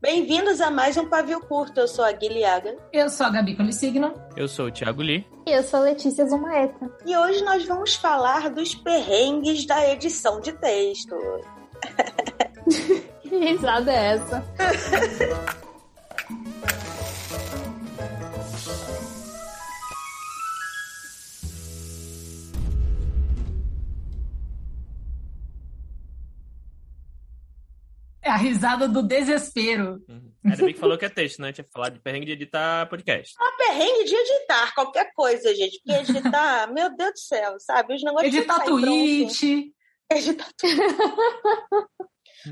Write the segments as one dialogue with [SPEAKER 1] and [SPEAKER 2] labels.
[SPEAKER 1] Bem-vindos a mais um Pavio Curto. Eu sou a Guilhaga.
[SPEAKER 2] Eu sou a Gabi Colissigno.
[SPEAKER 3] Eu sou o Thiago Lee.
[SPEAKER 4] E eu sou a Letícia Zumaeta.
[SPEAKER 1] E hoje nós vamos falar dos perrengues da edição de texto.
[SPEAKER 4] que risada é essa?
[SPEAKER 2] É a risada do desespero.
[SPEAKER 3] Uhum. Ainda bem que falou que é texto, né? Tinha que falar de perrengue de editar podcast.
[SPEAKER 1] Ah, perrengue de editar, qualquer coisa, gente. Porque editar, meu Deus do céu, sabe? Os negócios
[SPEAKER 2] Editar
[SPEAKER 1] que saem
[SPEAKER 2] tweet.
[SPEAKER 1] pronto. Editar tweet.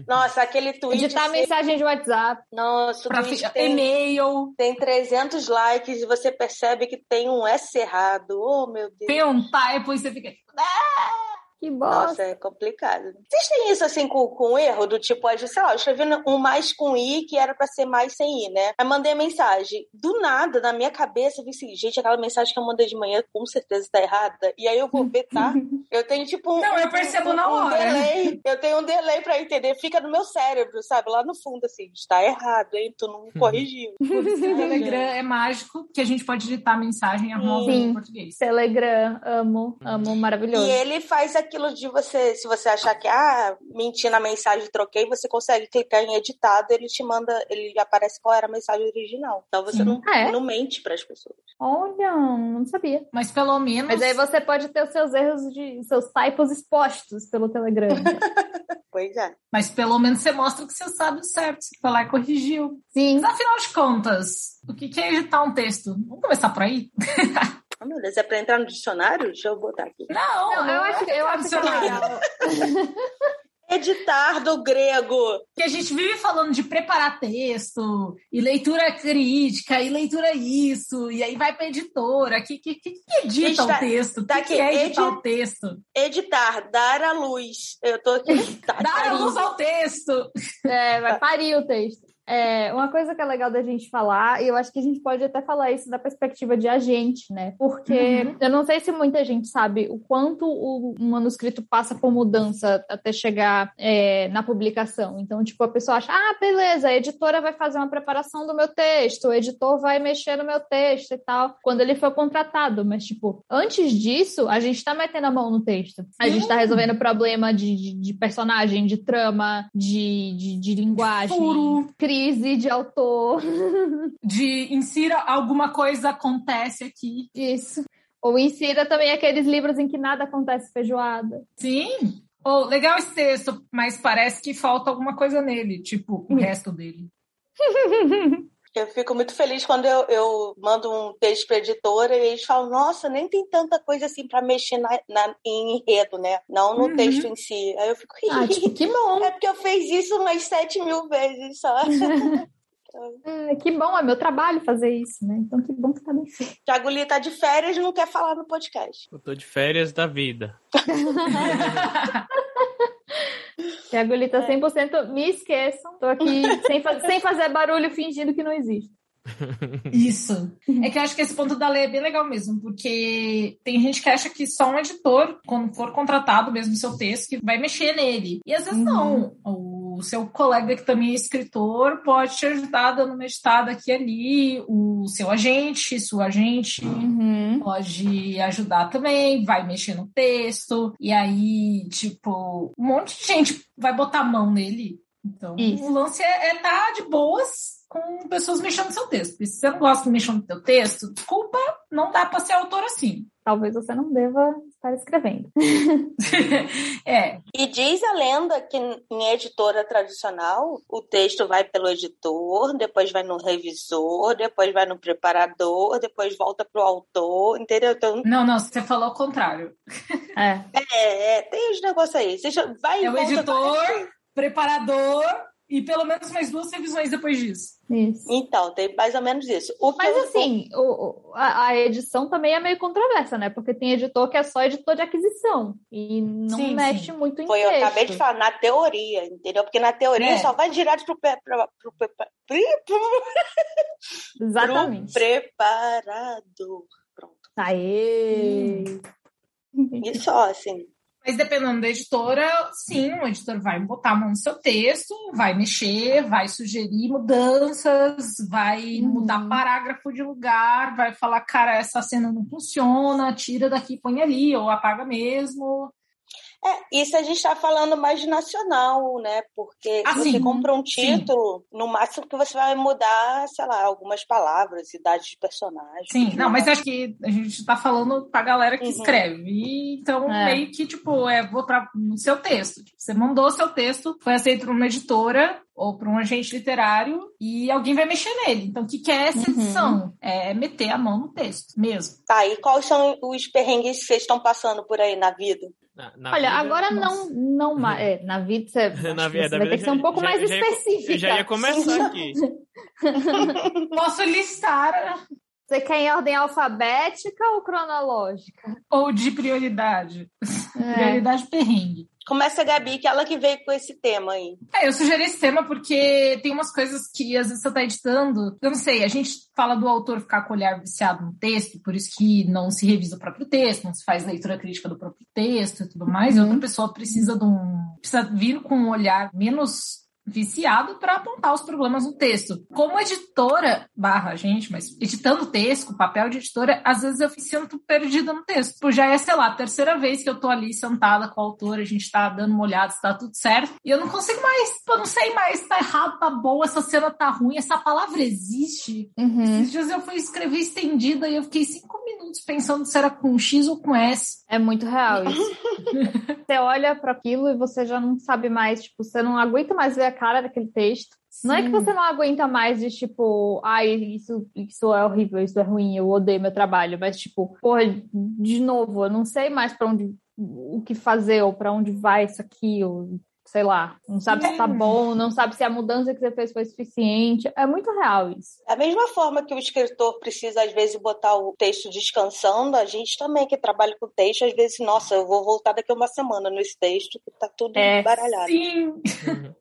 [SPEAKER 1] Nossa, aquele tweet.
[SPEAKER 4] Editar
[SPEAKER 1] assim,
[SPEAKER 4] mensagem de WhatsApp.
[SPEAKER 1] Nossa, o
[SPEAKER 2] Pra
[SPEAKER 1] tweet
[SPEAKER 2] fi-
[SPEAKER 1] tem,
[SPEAKER 2] e-mail,
[SPEAKER 1] tem 300 likes e você percebe que tem um S errado. Oh, meu Deus.
[SPEAKER 2] tem um typo e você fica.
[SPEAKER 4] Que
[SPEAKER 1] Nossa,
[SPEAKER 4] bosta.
[SPEAKER 1] é complicado. Vocês têm isso assim com, com erro? Do tipo, ah, sei lá, eu escrevi um mais com I que era pra ser mais sem I, né? Aí mandei a mensagem. Do nada, na minha cabeça, eu vi assim, gente, aquela mensagem que eu mandei de manhã com certeza tá errada. E aí eu vou ver, tá? Eu tenho tipo um.
[SPEAKER 2] Não, eu
[SPEAKER 1] um-
[SPEAKER 2] percebo
[SPEAKER 1] um,
[SPEAKER 2] na
[SPEAKER 1] um
[SPEAKER 2] hora.
[SPEAKER 1] delay. Eu tenho um delay pra entender. Fica no meu cérebro, sabe? Lá no fundo, assim, está errado, hein? Tu não corrigiu.
[SPEAKER 2] Putz, o Telegram é mágico, que a gente pode digitar mensagem e arrumar
[SPEAKER 1] Sim.
[SPEAKER 2] algum em português.
[SPEAKER 4] é Telegram, amo, amo, maravilhoso.
[SPEAKER 1] E ele faz aquilo de você, se você achar que, ah, menti na mensagem, troquei, você consegue clicar em editado, ele te manda, ele aparece qual era a mensagem original. Então você
[SPEAKER 2] Sim.
[SPEAKER 1] não,
[SPEAKER 4] Ah, é?
[SPEAKER 1] não mente para as pessoas.
[SPEAKER 4] Olha, não sabia.
[SPEAKER 2] Mas pelo menos.
[SPEAKER 4] Mas aí você pode ter os seus erros de seus typos expostos pelo Telegram.
[SPEAKER 1] Pois é.
[SPEAKER 2] Mas pelo menos você mostra que você sabe o certo, você foi lá e corrigiu.
[SPEAKER 4] Sim.
[SPEAKER 2] Mas afinal de contas, o que que é editar um texto? Vamos começar por aí?
[SPEAKER 1] Ah, meu Deus, é pra entrar no dicionário? Deixa eu botar aqui.
[SPEAKER 2] Não,
[SPEAKER 4] Não, eu
[SPEAKER 2] não
[SPEAKER 4] acho,
[SPEAKER 2] é
[SPEAKER 4] eu acho que é
[SPEAKER 2] tradicional.
[SPEAKER 4] legal.
[SPEAKER 1] Editar do grego.
[SPEAKER 2] que a gente vive falando de preparar texto e leitura crítica e leitura isso e aí vai para editora que que, que, que edita
[SPEAKER 1] Gente, tá-
[SPEAKER 2] o texto O
[SPEAKER 1] tá
[SPEAKER 2] que, que
[SPEAKER 1] aqui,
[SPEAKER 2] é editar
[SPEAKER 1] edi-
[SPEAKER 2] o texto
[SPEAKER 1] Editar, dar à luz. Eu tô aqui. Tá,
[SPEAKER 2] dar a luz ao texto
[SPEAKER 4] É, vai parir o texto. É, uma coisa que é legal da gente falar, e eu acho que a gente pode até falar isso da perspectiva de agente, né? Porque eu não sei se muita gente sabe o quanto o um manuscrito passa por mudança até chegar é, na publicação. Então, tipo, a pessoa acha, ah, beleza, a editora vai fazer uma preparação do meu texto, o editor vai mexer no meu texto e tal, quando ele for contratado. Mas, tipo, antes disso, a gente tá metendo a mão no texto. A gente tá resolvendo problema de, de, de personagem, de trama, de, de, de linguagem,
[SPEAKER 2] furo
[SPEAKER 4] crise de autor.
[SPEAKER 2] de insira alguma coisa acontece aqui
[SPEAKER 4] Isso. Ou insira também aqueles livros em que nada acontece feijoada.
[SPEAKER 2] sim ou legal esse texto mas parece que falta alguma coisa nele tipo
[SPEAKER 1] Hum.
[SPEAKER 2] o resto dele
[SPEAKER 1] Eu fico muito feliz quando eu, eu mando um texto pra editora e eles falam, nossa, nem tem tanta coisa assim pra mexer na, na- em enredo, né? Não no
[SPEAKER 2] Uhum.
[SPEAKER 1] texto em si. Aí eu fico.
[SPEAKER 4] Ah, tipo, que bom!
[SPEAKER 1] É porque eu fiz isso umas 7 mil vezes só.
[SPEAKER 4] É, que bom, é meu trabalho fazer isso, né? Então que bom que tá bem feito.
[SPEAKER 1] Thiago Lee tá de férias e não quer falar no podcast.
[SPEAKER 3] Eu tô de férias da vida.
[SPEAKER 4] Tiago Lita 100%, me esqueçam. Tô aqui sem, fa- sem fazer barulho fingindo que não existe.
[SPEAKER 2] Isso. É que eu acho que esse ponto da lei é bem legal mesmo, porque tem gente que acha que só um editor, quando for contratado mesmo no seu texto, que vai mexer nele. E às vezes não. O seu colega que também é escritor pode te ajudar dando uma editada aqui e ali. O seu agente, sua agente Uhum. pode ajudar também, vai mexer no texto. E aí, tipo, um monte de gente vai botar a mão nele. Então,
[SPEAKER 4] Isso.
[SPEAKER 2] o lance é estar tá de boas com pessoas mexendo no seu texto. E se você não gosta de mexer no teu texto, desculpa, não dá pra ser autor assim.
[SPEAKER 4] Talvez você não deva estar escrevendo.
[SPEAKER 2] É,
[SPEAKER 1] E diz a lenda que em editora tradicional, o texto vai pelo editor, depois vai no revisor, depois vai no preparador, depois volta pro autor, entendeu? Então,
[SPEAKER 2] não, não, você falou o contrário.
[SPEAKER 4] É.
[SPEAKER 1] é, é, tem os negócios aí. Você já vai e
[SPEAKER 2] É o
[SPEAKER 1] volta
[SPEAKER 2] editor.
[SPEAKER 1] várias vezes.
[SPEAKER 2] Preparador e pelo menos mais duas revisões depois disso.
[SPEAKER 4] Isso.
[SPEAKER 1] Então, tem mais ou menos isso. O que
[SPEAKER 4] Mas
[SPEAKER 1] eu-
[SPEAKER 4] assim, o- o- a, a edição também é meio controversa, né? Porque tem editor que é só editor de aquisição e não
[SPEAKER 2] Sim,
[SPEAKER 4] mexe
[SPEAKER 2] sim.
[SPEAKER 4] muito em
[SPEAKER 1] Foi, eu
[SPEAKER 4] texto.
[SPEAKER 1] acabei de falar, na teoria, entendeu? Porque na teoria
[SPEAKER 2] É.
[SPEAKER 1] só vai direto pro, pe- pro, pro, prepa- pro
[SPEAKER 4] Exatamente.
[SPEAKER 1] preparador. Pronto.
[SPEAKER 4] Aê!
[SPEAKER 1] E só, assim.
[SPEAKER 2] Mas dependendo da editora, sim, o editor vai botar a mão no seu texto, vai mexer, vai sugerir mudanças, vai
[SPEAKER 4] Uhum.
[SPEAKER 2] mudar parágrafo de lugar, vai falar, cara, essa cena não funciona, tira daqui, põe ali, ou apaga mesmo.
[SPEAKER 1] É, isso a gente está falando mais de nacional, né? Porque
[SPEAKER 2] Ah,
[SPEAKER 1] você
[SPEAKER 2] sim.
[SPEAKER 1] compra um
[SPEAKER 2] Sim.
[SPEAKER 1] título, no máximo que você vai mudar, sei lá, algumas palavras, idades de personagem.
[SPEAKER 4] Tipo,
[SPEAKER 2] Sim, não,
[SPEAKER 4] é.
[SPEAKER 2] mas é acho que a gente tá falando pra galera que
[SPEAKER 1] Uhum.
[SPEAKER 2] escreve. E, então,
[SPEAKER 4] É.
[SPEAKER 2] meio que, tipo, é, vou pra, no seu texto. Tipo, você mandou o seu texto, foi aceito por uma editora ou por um agente literário e alguém vai mexer nele. Então, o que, que é essa
[SPEAKER 4] Uhum.
[SPEAKER 2] edição? É meter a mão no texto mesmo.
[SPEAKER 1] Tá, e quais são os perrengues que vocês estão passando por aí na vida?
[SPEAKER 3] Na- na
[SPEAKER 4] Olha,
[SPEAKER 3] vida-
[SPEAKER 4] agora
[SPEAKER 2] nossa.
[SPEAKER 4] não, não mais. É, na vida você, acho que
[SPEAKER 3] Na vida-
[SPEAKER 4] você
[SPEAKER 3] da
[SPEAKER 4] vai
[SPEAKER 3] vida
[SPEAKER 4] ter que ser um
[SPEAKER 3] já-
[SPEAKER 4] pouco
[SPEAKER 3] já-
[SPEAKER 4] mais
[SPEAKER 3] já ia-
[SPEAKER 4] específica.
[SPEAKER 3] Eu já ia começar aqui.
[SPEAKER 2] Posso listar
[SPEAKER 4] Você quer em ordem alfabética ou cronológica?
[SPEAKER 2] ou de prioridade?
[SPEAKER 4] É.
[SPEAKER 2] Prioridade perrengue.
[SPEAKER 1] Começa a Gabi, que ela que veio com esse tema aí.
[SPEAKER 2] É, eu sugeri esse tema porque tem umas coisas que às vezes você tá editando. Eu não sei, a gente fala do autor ficar com o olhar viciado no texto, por isso que não se revisa o próprio texto, não se faz leitura crítica do próprio texto e tudo mais. E
[SPEAKER 4] Uhum.
[SPEAKER 2] outra pessoa precisa de um. precisa vir com um olhar menos viciado para apontar os problemas no texto. Como editora, barra gente, mas editando texto, o papel de editora, às vezes eu me sinto perdida no texto. Tipo, já é, sei lá, a terceira vez que eu tô ali sentada com a autora, a gente tá dando uma olhada se tá tudo certo, e eu não consigo mais, tipo, eu não sei mais, tá errado, tá bom, essa cena tá ruim, essa palavra existe.
[SPEAKER 4] Uhum.
[SPEAKER 1] Hum.
[SPEAKER 2] Esses dias eu fui escrever estendida e eu fiquei cinco minutos pensando se era com X ou com S.
[SPEAKER 4] É muito real isso. você olha para aquilo e você já não sabe mais, tipo, você não aguenta mais ver a cara daquele texto. Não é que
[SPEAKER 2] Sim.
[SPEAKER 4] você não aguenta mais de tipo, ai, isso, isso é horrível, isso é ruim, eu odeio meu trabalho, mas tipo, porra, de novo, eu não sei mais para onde o que fazer ou para onde vai isso aqui, ou sei lá, não sabe se tá
[SPEAKER 2] Hum.
[SPEAKER 4] bom, não sabe se a mudança que você fez foi suficiente. É muito real isso.
[SPEAKER 1] Da É mesma forma que o escritor precisa, às vezes, botar o texto descansando, a gente também que trabalha com texto, às vezes, nossa, eu vou voltar daqui a uma semana nesse texto, que tá tudo
[SPEAKER 4] É,
[SPEAKER 1] baralhado.
[SPEAKER 2] Sim,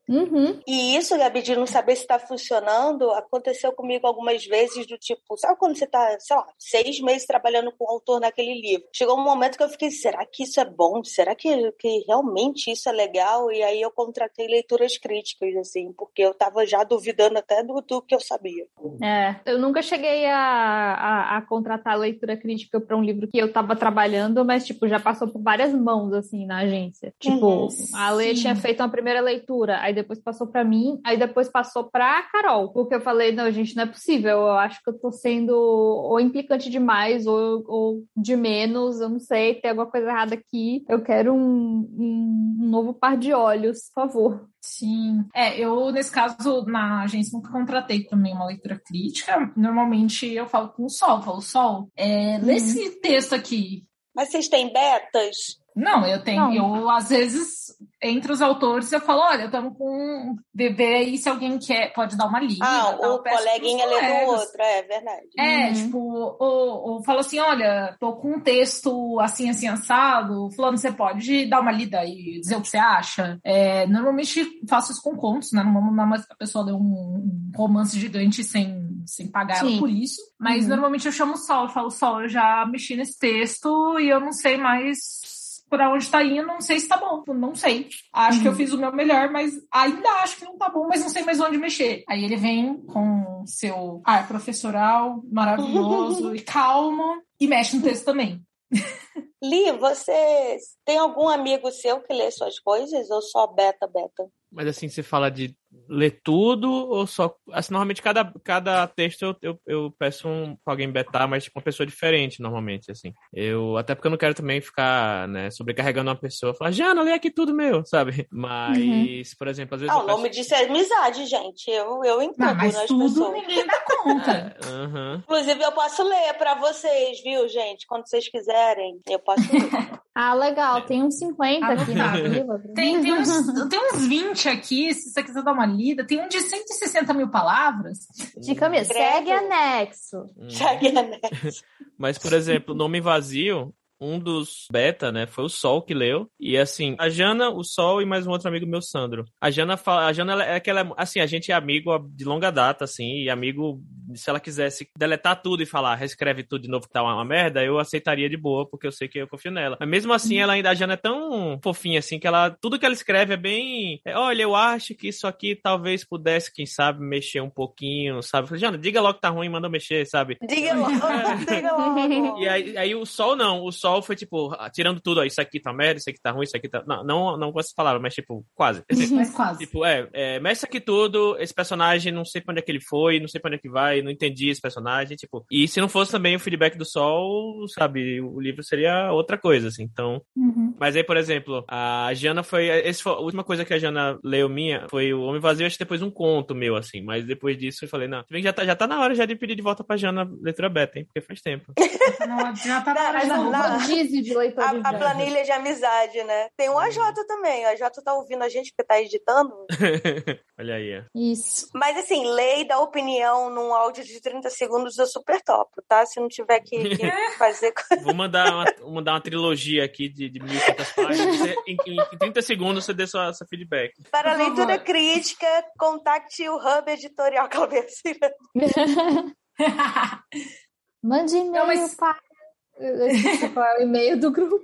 [SPEAKER 4] Uhum.
[SPEAKER 1] E isso, Gabi, de não saber se está funcionando, aconteceu comigo algumas vezes do tipo, sabe quando você está, sei lá, seis meses trabalhando com o autor naquele livro? Chegou um momento que eu fiquei, será que isso é bom? Será que, que realmente isso é legal? E aí eu contratei leituras críticas, assim, porque eu estava já duvidando até do, do que eu sabia.
[SPEAKER 4] É, eu nunca cheguei a, a, a contratar leitura crítica para um livro que eu tava trabalhando, mas, tipo, já passou por várias mãos, assim, na agência. Tipo,
[SPEAKER 1] Uhum,
[SPEAKER 4] a Lê
[SPEAKER 2] sim.
[SPEAKER 4] tinha feito uma primeira leitura, aí depois passou para mim, aí depois passou pra Carol, porque eu falei, não, gente, não é possível, eu acho que eu tô sendo ou implicante demais ou, ou de menos, eu não sei, tem alguma coisa errada aqui, eu quero um, um novo par de olhos, por favor.
[SPEAKER 2] Sim. É, eu, nesse caso, na agência nunca contratei também uma leitura crítica. Normalmente eu falo com o Sol, falo, Sol, é, lê
[SPEAKER 4] Uhum.
[SPEAKER 2] esse texto aqui.
[SPEAKER 1] Mas vocês têm betas?
[SPEAKER 2] Não, eu tenho,
[SPEAKER 4] Não.
[SPEAKER 2] eu às vezes, entre os autores, eu falo, olha, estamos com um bebê aí, se alguém quer, pode dar uma lida.
[SPEAKER 1] Ah,
[SPEAKER 2] tal, eu
[SPEAKER 1] o
[SPEAKER 2] peço pros
[SPEAKER 1] coleguinha lê do
[SPEAKER 2] colegas.
[SPEAKER 1] outro, é verdade.
[SPEAKER 2] É,
[SPEAKER 4] Uhum.
[SPEAKER 2] tipo, ou, ou fala assim, olha, tô com um texto assim, assim, assado, fulano, você pode dar uma lida e dizer o que você acha? É, normalmente faço isso com contos, né? Não vamos dar mais a pessoa ler um, um romance gigante sem, sem pagar
[SPEAKER 4] Sim.
[SPEAKER 2] ela por isso. Mas
[SPEAKER 4] Uhum.
[SPEAKER 2] normalmente eu chamo o Sol, eu falo, Sol, eu já mexi nesse texto e eu não sei mais pra onde tá indo, não sei se tá bom, não sei. Acho que eu fiz o meu melhor, mas ainda acho que não tá bom, mas não sei mais onde mexer. Aí ele vem com seu ar professoral maravilhoso e calmo e mexe no texto também.
[SPEAKER 1] Li, você tem algum amigo seu que lê suas coisas ou só beta, beta?
[SPEAKER 3] Mas assim, você fala de ler tudo ou só. Assim, normalmente cada, cada texto eu, eu, eu peço um, pra alguém betar, mas tipo, uma pessoa diferente, normalmente, assim. Eu. Até porque eu não quero também ficar, né, sobrecarregando uma pessoa. Falar, Jana, lê aqui tudo meu, sabe?
[SPEAKER 4] Uhum.
[SPEAKER 3] Mas, por exemplo, às vezes.
[SPEAKER 1] Ah,
[SPEAKER 3] eu
[SPEAKER 1] o nome
[SPEAKER 3] peço...
[SPEAKER 1] disso é amizade, gente. Eu, eu entendo né,
[SPEAKER 2] Não, Ah, mas
[SPEAKER 1] as
[SPEAKER 2] tudo
[SPEAKER 1] pessoas.
[SPEAKER 2] ninguém dá conta.
[SPEAKER 3] Aham.
[SPEAKER 1] Inclusive, eu posso ler pra vocês, viu, gente? Quando vocês quiserem, eu posso ler.
[SPEAKER 4] Ah, legal, tem uns 50 aqui na
[SPEAKER 2] Anotado.
[SPEAKER 4] vila.
[SPEAKER 2] Tem, tem, uns, tem uns 20 aqui, se você quiser dar uma lida. Tem um de 160 mil palavras.
[SPEAKER 4] Dica mesmo.
[SPEAKER 1] Credo.
[SPEAKER 4] Segue anexo.
[SPEAKER 3] Hum.
[SPEAKER 1] Segue a net.
[SPEAKER 3] Mas, por exemplo, Nome Vazio, um dos beta, né, foi o Sol que leu. E, assim, a Jana, o Sol e mais um outro amigo meu, Sandro. A Jana, fala, a Jana ela é aquela... Assim, a gente é amigo de longa data, assim, e amigo se ela quisesse deletar tudo e falar, reescreve tudo de novo que tá uma, uma merda, eu aceitaria de boa, porque eu sei que eu confio nela. Mas mesmo assim, ela ainda, a Jana é tão fofinha assim, que ela, tudo que ela escreve é bem, é, olha, eu acho que isso aqui talvez pudesse, quem sabe, mexer um pouquinho, sabe? Eu falei, Jana, diga logo que tá ruim, manda eu mexer, sabe?
[SPEAKER 1] Diga logo, diga logo.
[SPEAKER 3] E aí, aí o sol não, o sol foi tipo, ah, tirando tudo, ó, isso aqui tá merda, isso aqui tá ruim, isso aqui tá. Não, não, não com essas palavras, mas tipo, quase.
[SPEAKER 2] Mas quase.
[SPEAKER 3] tipo, é, é, mexe isso aqui tudo, esse personagem, não sei pra onde é que ele foi, não sei pra onde é que vai, não entendi esse personagem, tipo. E se não fosse também o feedback do sol, sabe, o livro seria outra coisa, assim, então.
[SPEAKER 2] Uhum.
[SPEAKER 3] Mas aí, por exemplo, a Jana foi. Esse foi a última coisa que a Jana leu minha foi o Homem Vazio, acho que depois um conto meu, assim. Mas depois disso eu falei, não, se bem que já tá, já tá na hora já de pedir de volta pra Jana letra beta, hein? Porque faz tempo.
[SPEAKER 2] Não, já tá na hora de
[SPEAKER 4] Mas
[SPEAKER 1] Não,
[SPEAKER 4] um
[SPEAKER 2] novo.
[SPEAKER 1] não.
[SPEAKER 4] rodízio de leitor
[SPEAKER 1] A,
[SPEAKER 4] de
[SPEAKER 1] a
[SPEAKER 4] jovens.
[SPEAKER 1] planilha de amizade, né? Tem o AJ também. O AJ tá ouvindo a gente porque tá editando.
[SPEAKER 3] Olha aí, ó.
[SPEAKER 4] Isso.
[SPEAKER 1] Mas assim, lei da opinião num áudio de 30 segundos eu super topo, tá? Se não tiver que, que fazer. co-
[SPEAKER 3] Vou mandar uma, vou mandar uma trilogia aqui de, de 1.500 páginas. Você- Em, em 30 segundos você dê sua, sua feedback.
[SPEAKER 1] Para
[SPEAKER 2] Por favor.
[SPEAKER 1] leitura crítica, contacte o Hub Editorial Calveira.
[SPEAKER 4] Mande e-mail
[SPEAKER 2] Não, mas-
[SPEAKER 4] para. Eu esqueci qual é o e-mail do grupo.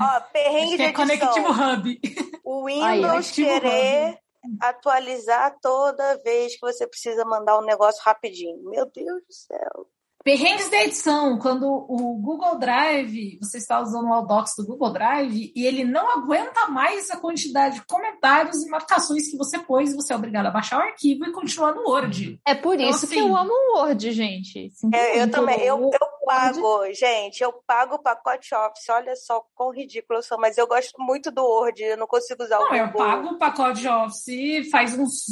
[SPEAKER 1] Ó,
[SPEAKER 2] Acho
[SPEAKER 1] perrengue
[SPEAKER 2] que
[SPEAKER 1] de
[SPEAKER 2] é Conectivo
[SPEAKER 1] edição.
[SPEAKER 2] Hub.
[SPEAKER 1] O
[SPEAKER 4] Aí,
[SPEAKER 1] Windows
[SPEAKER 2] Conectivo
[SPEAKER 1] querer atualizar toda vez que você precisa mandar um negócio rapidinho. Meu Deus do céu.
[SPEAKER 2] Perrengues da edição, quando o Google Drive, você está usando lá o Docs do Google Drive, e ele não aguenta mais a quantidade de comentários e marcações que você pôs, você é obrigado a baixar o arquivo e continuar no Word.
[SPEAKER 4] É por
[SPEAKER 2] Então,
[SPEAKER 4] isso que
[SPEAKER 2] assim-
[SPEAKER 4] eu amo o Word, gente.
[SPEAKER 1] Eu, eu
[SPEAKER 4] Simplesmente,
[SPEAKER 1] também, eu,
[SPEAKER 4] amo.
[SPEAKER 1] eu pago, gente, eu pago o pacote Office, olha só quão ridículo eu sou, mas eu gosto muito do Word, eu não consigo usar o
[SPEAKER 2] Não, eu
[SPEAKER 1] Google.
[SPEAKER 2] pago o pacote de Office faz uns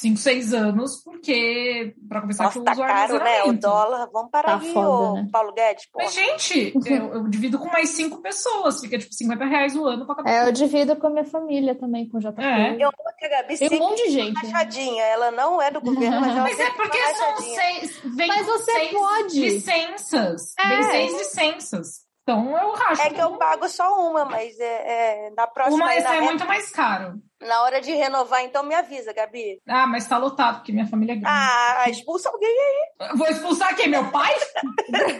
[SPEAKER 2] 5, 6 anos, porque, para começar,
[SPEAKER 1] Nossa,
[SPEAKER 2] que eu
[SPEAKER 1] tá
[SPEAKER 2] uso
[SPEAKER 1] caro, né? O
[SPEAKER 2] armazenamento.
[SPEAKER 1] dólar, vamos parar
[SPEAKER 4] Tá
[SPEAKER 1] aí,
[SPEAKER 4] foda,
[SPEAKER 1] ô
[SPEAKER 4] né?
[SPEAKER 1] Paulo Guedes, pô.
[SPEAKER 2] Mas, gente, eu, eu divido com mais cinco pessoas, fica tipo 50 reais o ano pra cada
[SPEAKER 4] É, eu divido com a minha família também, com o JP.
[SPEAKER 2] É.
[SPEAKER 1] Eu amo que a Gabi
[SPEAKER 4] Tem um
[SPEAKER 1] sempre
[SPEAKER 4] monte de gente. né?
[SPEAKER 1] rachadinha, ela não é do governo, mas ela
[SPEAKER 2] Mas é
[SPEAKER 1] sempre
[SPEAKER 2] porque
[SPEAKER 1] uma
[SPEAKER 2] são
[SPEAKER 1] rachadinha.
[SPEAKER 2] seis. Vem
[SPEAKER 4] Mas você
[SPEAKER 2] seis
[SPEAKER 4] pode.
[SPEAKER 2] Licenças.
[SPEAKER 4] É.
[SPEAKER 2] Vem seis licenças. Então eu racho.
[SPEAKER 1] É que eu pago só uma, mas é, é, na próxima,
[SPEAKER 2] Uma
[SPEAKER 1] aí,
[SPEAKER 2] essa
[SPEAKER 1] na,
[SPEAKER 2] é muito mais caro.
[SPEAKER 1] na hora de renovar, então me avisa, Gabi.
[SPEAKER 2] Ah, mas tá lotado, porque minha família é grande.
[SPEAKER 1] Ah, expulsa alguém,
[SPEAKER 2] Vou expulsar quem? Meu pai?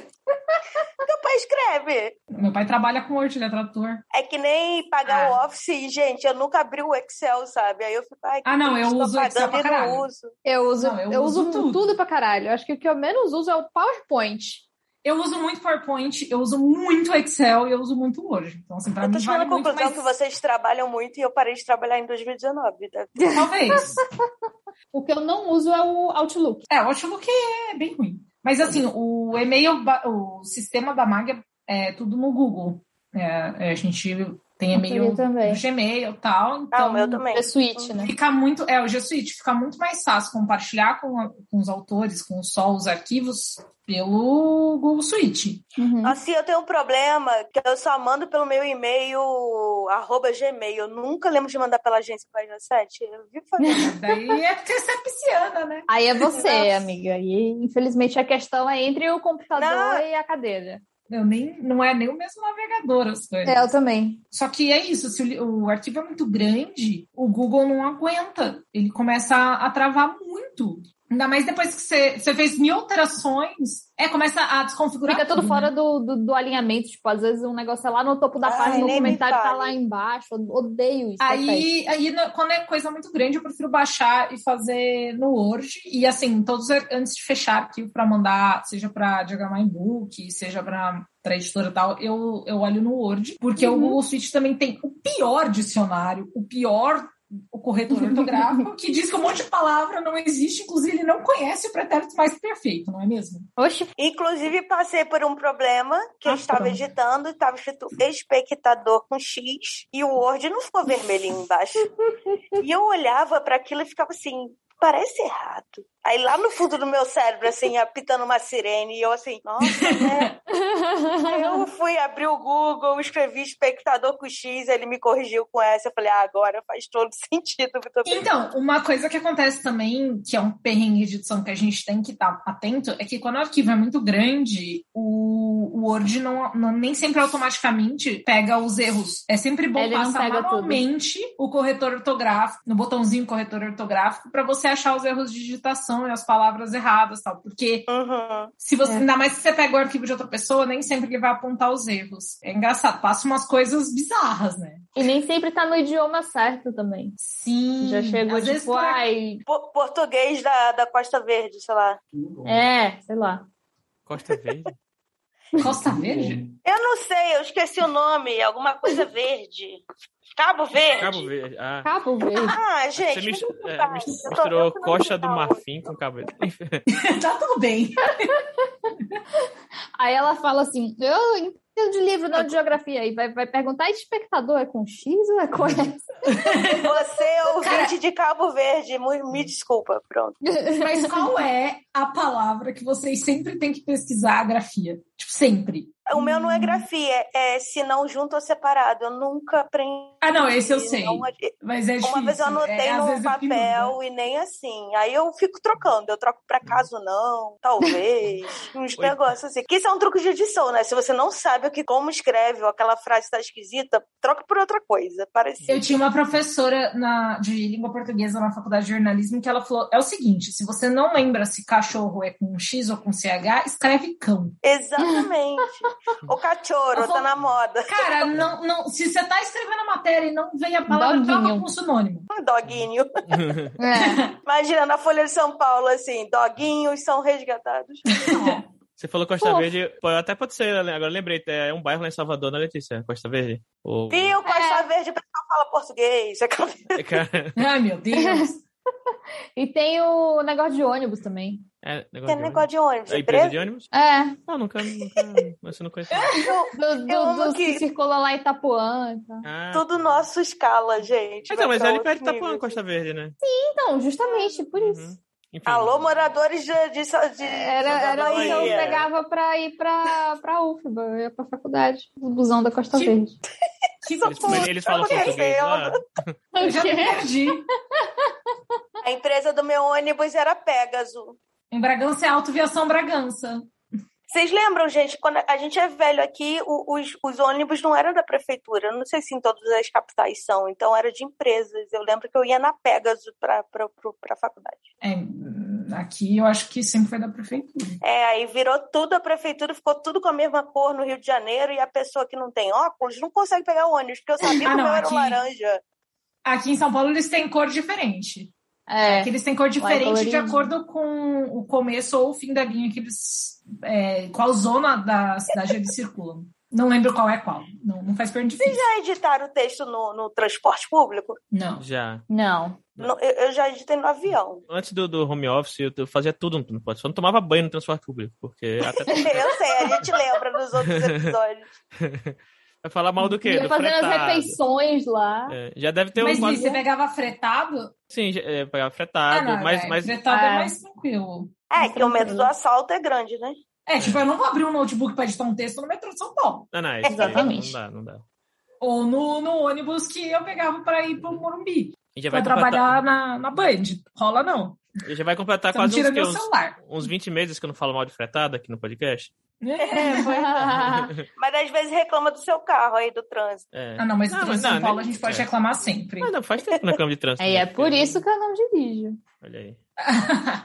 [SPEAKER 1] meu pai escreve.
[SPEAKER 2] Meu pai trabalha com Word, ele é tradutor.
[SPEAKER 1] É que nem pagar
[SPEAKER 2] Ah.
[SPEAKER 1] o Office, e, gente, eu nunca abri o Excel, sabe? Aí eu fico, ai, que
[SPEAKER 2] Ah, não, eu
[SPEAKER 1] estou
[SPEAKER 2] uso o Excel
[SPEAKER 1] pagando
[SPEAKER 2] pra
[SPEAKER 1] e
[SPEAKER 2] caralho.
[SPEAKER 1] não uso.
[SPEAKER 4] Eu uso,
[SPEAKER 2] Não, eu
[SPEAKER 4] eu
[SPEAKER 2] uso
[SPEAKER 4] uso,
[SPEAKER 2] tudo.
[SPEAKER 4] tudo. pra caralho. Eu Acho que o que eu menos uso é o PowerPoint.
[SPEAKER 2] Eu uso muito PowerPoint, eu uso muito Excel e eu uso muito Word. Então, assim, pra
[SPEAKER 1] Eu tô
[SPEAKER 2] mim
[SPEAKER 1] chegando
[SPEAKER 2] vale
[SPEAKER 1] à
[SPEAKER 2] muito,
[SPEAKER 1] conclusão
[SPEAKER 2] mas
[SPEAKER 1] que vocês trabalham muito e eu parei de trabalhar em 2019. Tá?
[SPEAKER 2] talvez.
[SPEAKER 4] O que eu não uso é o Outlook.
[SPEAKER 2] É, o Outlook é bem ruim. Mas assim, o e-mail, ba- o sistema da Mag é tudo no Google. É, é, a gente tem e-mail
[SPEAKER 4] Eu também.
[SPEAKER 2] no Gmail e tal.
[SPEAKER 1] Ah,
[SPEAKER 2] Então
[SPEAKER 1] o meu também.
[SPEAKER 4] É Switch, né?
[SPEAKER 2] fica muito. É, o G Suite fica muito mais fácil compartilhar com, a- com os autores, com só os arquivos, pelo Google Suite.
[SPEAKER 4] Uhum.
[SPEAKER 1] Assim, eu tenho um problema que eu só mando pelo meu e-mail, arroba gmail. Eu nunca lembro de mandar pela agência página 7. Eu vi fazer.
[SPEAKER 2] Daí é porque você é pisciana, né?
[SPEAKER 4] Aí é você,
[SPEAKER 1] Nossa.
[SPEAKER 4] amiga. E infelizmente a questão é entre o computador
[SPEAKER 1] Não.
[SPEAKER 4] e a cadeira.
[SPEAKER 2] Eu nem, não é nem o mesmo navegador as coisas.
[SPEAKER 4] É, eu também.
[SPEAKER 2] Só que é isso, se o li- o, arquivo é muito grande, o Google não aguenta. Ele começa a, a travar muito. Ainda mais depois que você, você fez mil alterações, é, começa a desconfigurar.
[SPEAKER 4] Fica tudo
[SPEAKER 2] né?
[SPEAKER 4] fora do, do, do alinhamento. Tipo, às vezes um negócio é lá no topo da
[SPEAKER 1] Ai,
[SPEAKER 4] página, o
[SPEAKER 1] nem me
[SPEAKER 4] comentário tá
[SPEAKER 1] fale.
[SPEAKER 4] lá embaixo. Eu Odeio isso. é detesto.
[SPEAKER 2] Aí, aí no- quando é coisa muito grande, eu prefiro baixar e fazer no Word. E assim, todos antes de fechar arquivo para mandar, seja para diagramar em book, seja para editora e tal, eu, eu olho no Word, porque o
[SPEAKER 4] Uhum.
[SPEAKER 2] Google Suite também tem o pior dicionário, o pior o corretor ortográfico, que diz que um monte de palavra não existe, inclusive ele não conhece o pretérito mais perfeito, não é mesmo?
[SPEAKER 4] Oxe,
[SPEAKER 1] Inclusive, passei por um problema que eu
[SPEAKER 2] Ah,
[SPEAKER 1] estava
[SPEAKER 2] pronto.
[SPEAKER 1] editando e estava escrito espectador com X e o Word não ficou vermelhinho embaixo. e eu olhava para aquilo e ficava assim. Parece errado. Aí lá no fundo do meu cérebro, assim, apitando uma sirene, e eu assim, nossa, né? Eu fui abrir o Google, escrevi espectador com X, ele me corrigiu com S. Eu falei, ah, agora faz todo sentido. Muito obrigada.
[SPEAKER 2] Então, uma coisa que acontece também, que é tá um perrengue de edição que a gente tem que estar atento, é que quando o arquivo é muito grande, o o, o Word não, não- nem sempre automaticamente pega os erros. É sempre bom
[SPEAKER 4] Ele não
[SPEAKER 2] passar
[SPEAKER 4] pega tudo.
[SPEAKER 2] manualmente o corretor ortográfico, no botãozinho corretor ortográfico, para você achar os erros de digitação e as palavras erradas tal. Porque
[SPEAKER 1] Uhum.
[SPEAKER 2] se você,
[SPEAKER 4] É.
[SPEAKER 2] ainda mais se você pega o arquivo de outra pessoa, nem sempre ele vai apontar os erros. É engraçado, passa umas coisas bizarras, né?
[SPEAKER 4] E nem sempre tá no idioma certo também.
[SPEAKER 2] Sim.
[SPEAKER 4] Já chegou,
[SPEAKER 2] Hum, às vezes tá-
[SPEAKER 4] tipo,
[SPEAKER 2] por aqui-
[SPEAKER 4] ai.
[SPEAKER 1] Po- Português da, da Costa Verde, sei lá.
[SPEAKER 4] É, sei lá.
[SPEAKER 3] Costa Verde.
[SPEAKER 2] Costa Verde?
[SPEAKER 1] Eu não sei, eu esqueci o nome. Alguma coisa verde. Cabo Verde.
[SPEAKER 3] Cabo Verde. Ah.
[SPEAKER 4] Cabo verde.
[SPEAKER 1] Ah, gente.
[SPEAKER 3] Você mis-
[SPEAKER 1] muito
[SPEAKER 3] é,
[SPEAKER 1] tarde.
[SPEAKER 3] mis-
[SPEAKER 1] Eu tô-
[SPEAKER 3] misturou
[SPEAKER 1] eu tô no
[SPEAKER 3] Costa do
[SPEAKER 1] hospital.
[SPEAKER 3] Marfim com Cabo Verde.
[SPEAKER 2] tá tudo bem.
[SPEAKER 4] Aí ela fala assim: eu entendo de livro, não de geografia. E vai, vai perguntar: espectador é com X ou é com S?
[SPEAKER 1] Você, é ouvinte de Cabo Verde, mu-
[SPEAKER 3] hum.
[SPEAKER 1] me desculpa, pronto.
[SPEAKER 2] Mas qual é a palavra que vocês sempre têm que pesquisar a grafia? Tipo, sempre.
[SPEAKER 1] O meu não é
[SPEAKER 3] Hum.
[SPEAKER 1] grafia, é se não junto ou separado. Eu nunca aprendi.
[SPEAKER 2] Ah, não, esse eu sei.
[SPEAKER 1] não ad-
[SPEAKER 2] Mas é difícil.
[SPEAKER 1] Uma vez eu anotei
[SPEAKER 2] é, às
[SPEAKER 1] num
[SPEAKER 2] vezes eu fico em
[SPEAKER 1] papel e nem assim. Aí eu fico trocando. Eu troco pra caso não, talvez. uns
[SPEAKER 3] Oi.
[SPEAKER 1] negócios assim. Que isso é um truque de edição, né? Se você não sabe o que, como escreve ou aquela frase tá esquisita, troca por outra coisa.
[SPEAKER 2] dúvida.
[SPEAKER 1] Parece.
[SPEAKER 2] Eu tinha uma professora na- de língua portuguesa na faculdade de jornalismo que ela falou: é o seguinte, se você não lembra se cachorro é com X ou com CH, escreve cão.
[SPEAKER 1] Exatamente. o cachorro,
[SPEAKER 2] Eu vou-
[SPEAKER 1] tá na moda.
[SPEAKER 2] Cara, não, não, se você tá escrevendo a matéria e não vem a palavra,
[SPEAKER 4] Doguinho.
[SPEAKER 2] troca com sinônimo.
[SPEAKER 1] Um doguinho.
[SPEAKER 4] É.
[SPEAKER 1] Imagina na Folha de São Paulo, assim, doguinhos são resgatados.
[SPEAKER 3] Você falou Costa
[SPEAKER 4] Pô.
[SPEAKER 3] Verde, pô, até pode ser, agora lembrei, é um bairro lá em Salvador, né, Letícia? Costa Verde? Ou...
[SPEAKER 1] Viu? Costa
[SPEAKER 4] É.
[SPEAKER 1] Verde, o pessoal fala português.
[SPEAKER 3] Cara,
[SPEAKER 2] Ai, meu Deus.
[SPEAKER 4] E tem o negócio de ônibus também.
[SPEAKER 3] é
[SPEAKER 1] É
[SPEAKER 3] negócio de
[SPEAKER 1] negócio de ônibus.
[SPEAKER 3] ônibus. É empresa
[SPEAKER 1] empresa?
[SPEAKER 3] de ônibus?
[SPEAKER 4] É.
[SPEAKER 3] Não, nunca, nunca, você não conhece.
[SPEAKER 1] Não,
[SPEAKER 4] Do,
[SPEAKER 1] Eu
[SPEAKER 4] do,
[SPEAKER 1] amo
[SPEAKER 4] do
[SPEAKER 1] que-
[SPEAKER 4] que circula lá em Itapuã. e tal.
[SPEAKER 3] Ah,
[SPEAKER 1] Tudo nosso escala, gente.
[SPEAKER 3] Então,
[SPEAKER 1] Vai
[SPEAKER 3] mas
[SPEAKER 1] pra
[SPEAKER 3] ali
[SPEAKER 1] outro
[SPEAKER 3] perto tá
[SPEAKER 1] nível.
[SPEAKER 3] com Costa Verde, né?
[SPEAKER 4] Então, justamente por isso.
[SPEAKER 3] Uhum. Enfim.
[SPEAKER 1] Alô, moradores de. de, de
[SPEAKER 4] Era,
[SPEAKER 1] da
[SPEAKER 4] era o que eu
[SPEAKER 1] Bahia.
[SPEAKER 4] pegava pra ir pra, pra UFBA, eu ia pra faculdade, o busão da Costa
[SPEAKER 2] Que-
[SPEAKER 4] Verde.
[SPEAKER 2] Que
[SPEAKER 3] Eles, mas eles falam
[SPEAKER 1] Aconteceu.
[SPEAKER 3] português lá?
[SPEAKER 2] Eu já me perdi.
[SPEAKER 1] A empresa do meu ônibus era Pegasus.
[SPEAKER 2] Em Bragança é autoviação Bragança.
[SPEAKER 1] Vocês lembram, gente, quando a gente é velho aqui, o- os, os ônibus não eram da prefeitura. Eu Não sei se em todas as capitais são, então era de empresas. Eu lembro que eu ia na Pegasus pra, pra, pro- pra faculdade.
[SPEAKER 2] É, hum, aqui eu acho que sempre foi da prefeitura.
[SPEAKER 1] É, aí virou tudo a prefeitura, ficou tudo com a mesma cor no Rio de Janeiro, e a pessoa que não tem óculos não consegue pegar o ônibus, porque eu sabia
[SPEAKER 2] Ah,
[SPEAKER 1] que o
[SPEAKER 2] não,
[SPEAKER 1] meu era um
[SPEAKER 2] aqui-
[SPEAKER 1] laranja.
[SPEAKER 2] Aqui em São Paulo eles têm cor diferente.
[SPEAKER 4] É.
[SPEAKER 2] Aqui eles têm cor diferente de
[SPEAKER 4] colorido.
[SPEAKER 2] acordo com o começo ou o fim da linha que eles. é, qual zona da cidade eles circulam. Não lembro qual é qual. Não, não faz perna difícil.
[SPEAKER 1] Já editaram o texto no, no transporte público?
[SPEAKER 2] Não.
[SPEAKER 3] Já.
[SPEAKER 4] Não.
[SPEAKER 1] No- eu, eu já editei no avião.
[SPEAKER 3] Antes do, do home office, eu, eu fazia tudo no transporte. Só não tomava banho no transporte público, porque até
[SPEAKER 1] Eu sei, a gente lembra nos outros episódios.
[SPEAKER 3] vai falar mal do quê?
[SPEAKER 4] Ia
[SPEAKER 3] Do
[SPEAKER 4] fazendo as
[SPEAKER 3] fretado.
[SPEAKER 4] refeições lá.
[SPEAKER 3] É, já deve ter
[SPEAKER 2] Mas
[SPEAKER 3] um...
[SPEAKER 2] Liz, você pegava fretado?
[SPEAKER 3] Sim, já- é, pegava
[SPEAKER 2] Ah,
[SPEAKER 3] fretado,
[SPEAKER 2] não,
[SPEAKER 3] mas,
[SPEAKER 2] é,
[SPEAKER 3] mas
[SPEAKER 2] Fretado é
[SPEAKER 4] Ah.
[SPEAKER 2] mais tranquilo.
[SPEAKER 1] É, que o medo do assalto é grande, né?
[SPEAKER 2] É, tipo, eu não vou abrir um notebook pra editar um texto no metrô de São Paulo.
[SPEAKER 3] Não, não, isso aí
[SPEAKER 4] Exatamente.
[SPEAKER 3] Não dá, não dá.
[SPEAKER 2] Ou no, no ônibus que eu pegava pra ir pro Morumbi.
[SPEAKER 3] E já
[SPEAKER 2] Pra
[SPEAKER 3] vai completar,
[SPEAKER 2] trabalhar na, na Band. Rola não.
[SPEAKER 3] e já vai completar
[SPEAKER 2] Só não
[SPEAKER 3] Tá quase uns,
[SPEAKER 2] tira
[SPEAKER 3] que,
[SPEAKER 2] meu
[SPEAKER 3] uns,
[SPEAKER 2] celular.
[SPEAKER 3] uns 20 meses que eu não falo mal de fretada aqui no podcast. É.
[SPEAKER 1] Mas às vezes reclama do seu carro aí, do trânsito.
[SPEAKER 3] É.
[SPEAKER 2] Ah, não, mas o
[SPEAKER 3] Não,
[SPEAKER 2] trânsito de
[SPEAKER 3] não,
[SPEAKER 2] São Paulo
[SPEAKER 3] né?
[SPEAKER 2] a gente pode
[SPEAKER 3] É.
[SPEAKER 2] reclamar sempre.
[SPEAKER 3] Mas não, faz tempo que não reclamo de trânsito.
[SPEAKER 4] Aí
[SPEAKER 3] né?
[SPEAKER 4] é por isso que eu não dirijo.
[SPEAKER 3] Olha aí.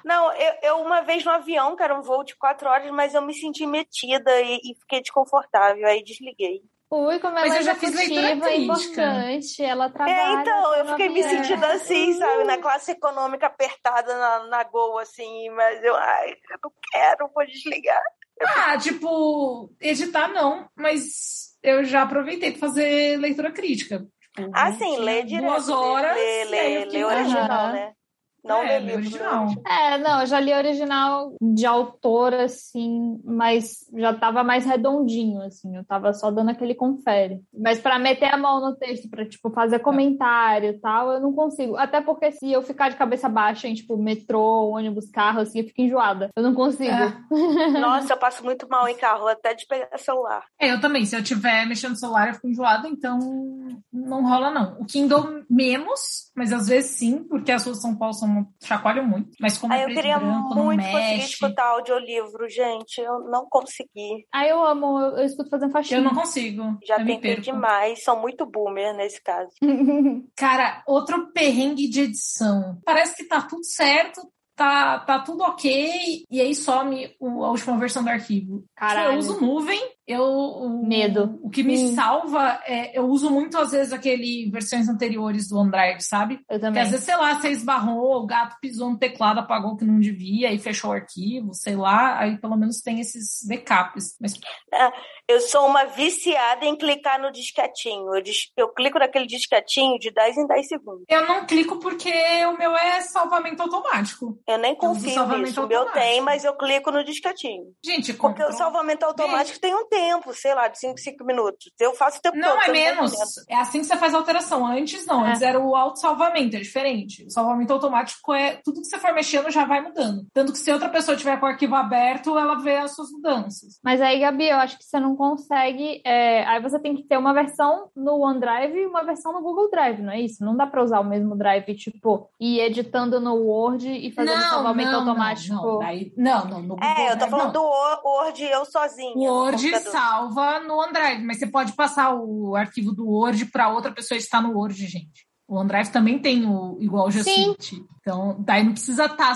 [SPEAKER 1] Não, eu, eu uma vez no avião, que era um voo de quatro horas, mas eu me senti metida e, e fiquei desconfortável, aí desliguei.
[SPEAKER 4] Ui, como ela
[SPEAKER 2] Mas eu
[SPEAKER 4] é
[SPEAKER 2] já fiz leitura
[SPEAKER 4] executiva, é
[SPEAKER 2] crítica.
[SPEAKER 4] importante, ela
[SPEAKER 1] É,
[SPEAKER 4] trabalha.
[SPEAKER 1] então, eu
[SPEAKER 4] tá
[SPEAKER 1] fiquei
[SPEAKER 4] no
[SPEAKER 1] me
[SPEAKER 4] avião.
[SPEAKER 1] sentindo assim, sabe? Na classe econômica apertada na, na Gol, assim, mas eu, ai, eu não quero, vou desligar.
[SPEAKER 2] Ah, tipo, editar não, mas eu já aproveitei pra fazer leitura crítica. Tipo,
[SPEAKER 1] Ah, sim,
[SPEAKER 2] tinha
[SPEAKER 1] lê direto. né?
[SPEAKER 2] Duas horas.
[SPEAKER 1] Lê,
[SPEAKER 2] e aí eu
[SPEAKER 1] lê,
[SPEAKER 2] fiquei
[SPEAKER 1] lê
[SPEAKER 2] imaginando.
[SPEAKER 1] original,
[SPEAKER 4] Aham.
[SPEAKER 1] né? Não
[SPEAKER 2] É,
[SPEAKER 1] lê livro. né?
[SPEAKER 2] original.
[SPEAKER 4] É, não, eu já li original de autor, assim, mas já tava mais redondinho, assim, eu tava só dando aquele confere. Mas pra meter a mão no texto, pra, tipo, fazer comentário e tal, eu não consigo. Até porque se eu ficar de cabeça baixa em, tipo, metrô, ônibus, carro, assim, eu fico enjoada. Eu não consigo.
[SPEAKER 2] É.
[SPEAKER 1] Nossa, eu passo muito mal em carro, até de pegar celular.
[SPEAKER 2] É, eu também. Se eu estiver mexendo no celular, eu fico enjoada, então não rola, não. O Kindle menos, mas às vezes sim, porque as ruas de São Paulo são consumo, chacoalho muito. Mas
[SPEAKER 3] Ah,
[SPEAKER 2] como
[SPEAKER 1] Aí eu
[SPEAKER 2] um preto e
[SPEAKER 1] queria
[SPEAKER 2] branco, não
[SPEAKER 1] muito conseguir
[SPEAKER 2] mexe.
[SPEAKER 1] escutar audiolivro, gente. Eu não consegui.
[SPEAKER 4] Aí eu amo, eu, eu escuto fazendo faxina.
[SPEAKER 2] Eu não consigo.
[SPEAKER 1] Já
[SPEAKER 2] eu me
[SPEAKER 1] tentei
[SPEAKER 2] perco.
[SPEAKER 1] demais. São muito boomer nesse caso.
[SPEAKER 2] Cara, outro perrengue de edição. Parece que tá tudo certo, tá, tá tudo ok, e aí some o- a última versão do arquivo.
[SPEAKER 4] Caralho.
[SPEAKER 2] Eu uso nuvem, eu. o-
[SPEAKER 4] Medo.
[SPEAKER 2] O que me
[SPEAKER 4] Hum.
[SPEAKER 2] salva é. Eu uso muito, às vezes, aquele versões anteriores do OneDrive, sabe?
[SPEAKER 4] Eu
[SPEAKER 2] Porque
[SPEAKER 4] também.
[SPEAKER 2] às vezes, sei lá, você esbarrou, o gato pisou no teclado, apagou o que não devia e fechou o arquivo, sei lá, aí pelo menos tem esses backups. Mas
[SPEAKER 1] Eu sou uma viciada em clicar no disquetinho. Eu, dis- eu clico naquele disquetinho de 10 em 10 segundos.
[SPEAKER 2] eu não clico porque o meu é salvamento automático.
[SPEAKER 1] Eu nem
[SPEAKER 2] uso
[SPEAKER 1] confio
[SPEAKER 2] salvamento
[SPEAKER 1] nisso. O meu
[SPEAKER 2] automático.
[SPEAKER 1] tem, mas eu clico no disquetinho.
[SPEAKER 2] Gente,
[SPEAKER 1] Porque o
[SPEAKER 2] Ctrl+C
[SPEAKER 1] salvamento automático tem um tempo, sei lá, de 5 5 minutos. Eu faço o tempo todo.
[SPEAKER 2] Não, é
[SPEAKER 1] então
[SPEAKER 2] menos.
[SPEAKER 1] tem tempo.
[SPEAKER 2] É assim que você faz a alteração. Antes não,
[SPEAKER 4] É.
[SPEAKER 2] antes era o autossalvamento, é diferente. O salvamento automático é tudo que você for mexendo já vai mudando. Tanto que se outra pessoa tiver com o arquivo aberto, ela vê as suas mudanças.
[SPEAKER 4] Mas aí, Gabi, eu acho que você não consegue. é, aí você tem que ter uma versão no OneDrive e uma versão no Google Drive, não é isso? Não dá pra usar o mesmo drive, tipo, ir editando no Word e fazendo salvamento automático.
[SPEAKER 2] Não, não, daí- não, não, no Google
[SPEAKER 1] É, eu tô
[SPEAKER 2] Drive,
[SPEAKER 1] falando
[SPEAKER 2] não.
[SPEAKER 1] do Word- Word eu sozinha.
[SPEAKER 2] O
[SPEAKER 1] no
[SPEAKER 2] Word
[SPEAKER 1] computador.
[SPEAKER 2] salva no OneDrive, mas você pode passar o arquivo do Word para outra pessoa editar no Word, gente. O OneDrive também tem o igual o Geocic. Então, daí não precisa estar.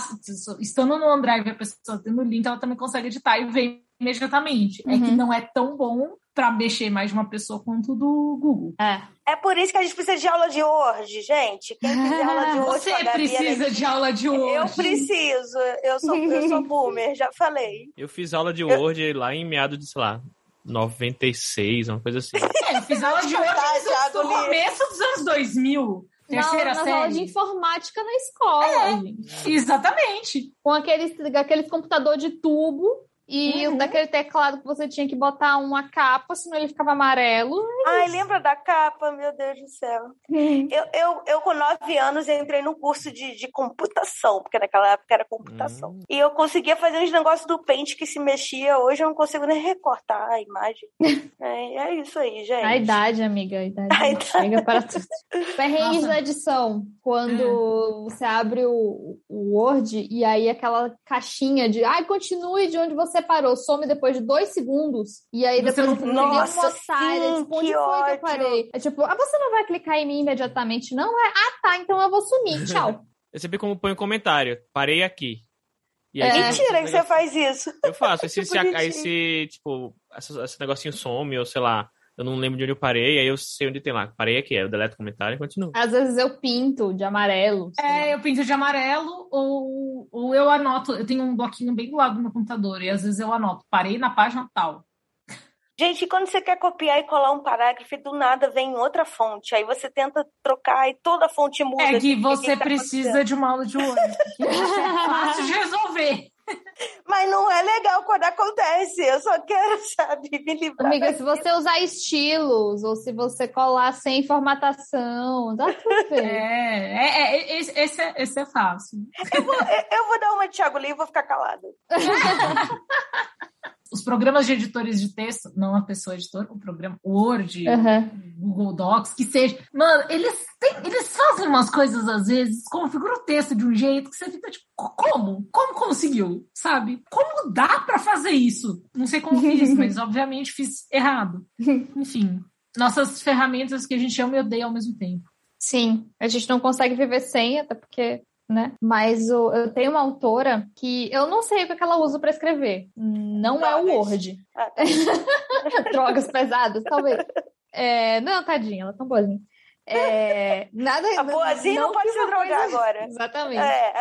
[SPEAKER 2] Estando no OneDrive, a pessoa tendo o link, ela também consegue editar e vem imediatamente. É que
[SPEAKER 4] Uhum.
[SPEAKER 2] não é tão bom para mexer mais de uma pessoa quanto do Google.
[SPEAKER 4] É.
[SPEAKER 1] É por isso que a gente precisa de aula de Word, gente. Quem quiser aula de Word, com a
[SPEAKER 2] Você
[SPEAKER 1] Gabi,
[SPEAKER 2] precisa
[SPEAKER 1] ela-
[SPEAKER 2] de aula de Word.
[SPEAKER 1] Eu preciso. Eu sou, eu sou boomer, já falei.
[SPEAKER 3] Eu fiz aula de Word lá em meados de, sei lá, 96, uma coisa assim.
[SPEAKER 2] É, eu fiz aula de Word
[SPEAKER 1] Tá,
[SPEAKER 2] nos-
[SPEAKER 1] Thiago
[SPEAKER 2] no
[SPEAKER 1] Lee.
[SPEAKER 2] começo dos anos 2000.
[SPEAKER 4] Na,
[SPEAKER 2] Terceira
[SPEAKER 4] nas aulas de
[SPEAKER 2] série. É.
[SPEAKER 4] informática na escola.
[SPEAKER 2] Exatamente.
[SPEAKER 4] Com aqueles, aqueles computador de tubo e
[SPEAKER 2] Uhum.
[SPEAKER 4] daquele teclado que você tinha que botar uma capa, senão ele ficava amarelo.
[SPEAKER 1] Ai, lembra da capa? Meu Deus do céu. Eu, eu, eu com nove anos, eu entrei num curso de, de computação, porque naquela época era computação.
[SPEAKER 2] Hum.
[SPEAKER 1] E eu conseguia fazer uns negócios do pente que se mexia. Hoje eu não consigo nem recortar a imagem. é, é isso aí, gente.
[SPEAKER 4] A idade, amiga, a idade.
[SPEAKER 1] A idade.
[SPEAKER 4] Chega para tudo. Perrengues
[SPEAKER 2] Nossa.
[SPEAKER 4] da edição. Quando você abre o, o Word e aí aquela caixinha de ai, continue de onde você parou, some depois de dois segundos. E aí
[SPEAKER 2] Você
[SPEAKER 4] depois
[SPEAKER 2] não-
[SPEAKER 4] você vem uma
[SPEAKER 1] Nossa,
[SPEAKER 4] otária,
[SPEAKER 1] sim,
[SPEAKER 4] tipo,
[SPEAKER 1] que
[SPEAKER 4] onde foi que eu
[SPEAKER 1] ódio.
[SPEAKER 4] parei? É tipo, ah, você não vai clicar em mim imediatamente, não? É, ah, tá, então eu vou sumir, tchau.
[SPEAKER 3] Eu sempre como põe um comentário. Parei aqui. E
[SPEAKER 4] É.
[SPEAKER 3] tipo,
[SPEAKER 1] Mentira que
[SPEAKER 3] esse
[SPEAKER 1] você
[SPEAKER 3] negócio-
[SPEAKER 1] faz isso.
[SPEAKER 3] Eu faço. Aí se, se-
[SPEAKER 1] bonitinho.
[SPEAKER 3] aí se, tipo, esse, esse negocinho some, ou sei lá, eu não lembro de onde eu parei, aí eu sei onde tem lá. Parei aqui, aí eu deleto o comentário e continuo.
[SPEAKER 4] Às vezes eu pinto de amarelo. assim, sei lá.
[SPEAKER 2] É, eu pinto de amarelo ou, ou eu anoto. Eu tenho um bloquinho bem do lado do meu computador e às vezes eu anoto. Parei na página tal.
[SPEAKER 1] Gente, e quando você quer copiar e colar um parágrafo, e do nada vem outra fonte. Aí você tenta trocar e toda a fonte muda.
[SPEAKER 2] É que
[SPEAKER 1] Fica, "O
[SPEAKER 2] você
[SPEAKER 1] tá
[SPEAKER 2] precisa de uma aula de Word. porque isso é fácil de resolver.
[SPEAKER 1] acontecendo?" Mas não é legal quando acontece. Eu só quero, sabe, me livrar.
[SPEAKER 4] Amiga,
[SPEAKER 1] da-
[SPEAKER 4] se você usar estilos ou se você colar sem formatação, dá tudo
[SPEAKER 2] É,
[SPEAKER 4] bem.
[SPEAKER 2] é, é, esse, esse é, esse é fácil.
[SPEAKER 1] Eu vou dar uma de Thiago Lee e vou ficar calada.
[SPEAKER 2] Os programas de editores de texto, não a pessoa editora, o programa Word,
[SPEAKER 4] Aham.
[SPEAKER 2] Google Docs, que seja. Mano, eles, têm- eles fazem umas coisas às vezes, configura o texto de um jeito que você fica tipo, "Co- como? Como conseguiu? Sabe? Como dá pra fazer isso? Não sei como fiz, mas obviamente fiz errado. Enfim, nossas ferramentas que a gente ama e odeia ao mesmo tempo.
[SPEAKER 4] Sim, a gente não consegue viver sem, até porque, né? Mas o- eu tenho uma autora que eu não sei o que ela usa pra escrever. Não é o
[SPEAKER 1] Drogas.
[SPEAKER 4] Word.
[SPEAKER 1] Ah, tá.
[SPEAKER 4] Drogas pesadas, talvez. É, não, tadinha, ela é tão boazinha. É, nada,
[SPEAKER 1] A boazinha não, pode
[SPEAKER 4] que
[SPEAKER 1] se
[SPEAKER 4] uma
[SPEAKER 1] drogar
[SPEAKER 4] coisa-
[SPEAKER 1] agora.
[SPEAKER 4] Exatamente.
[SPEAKER 1] É.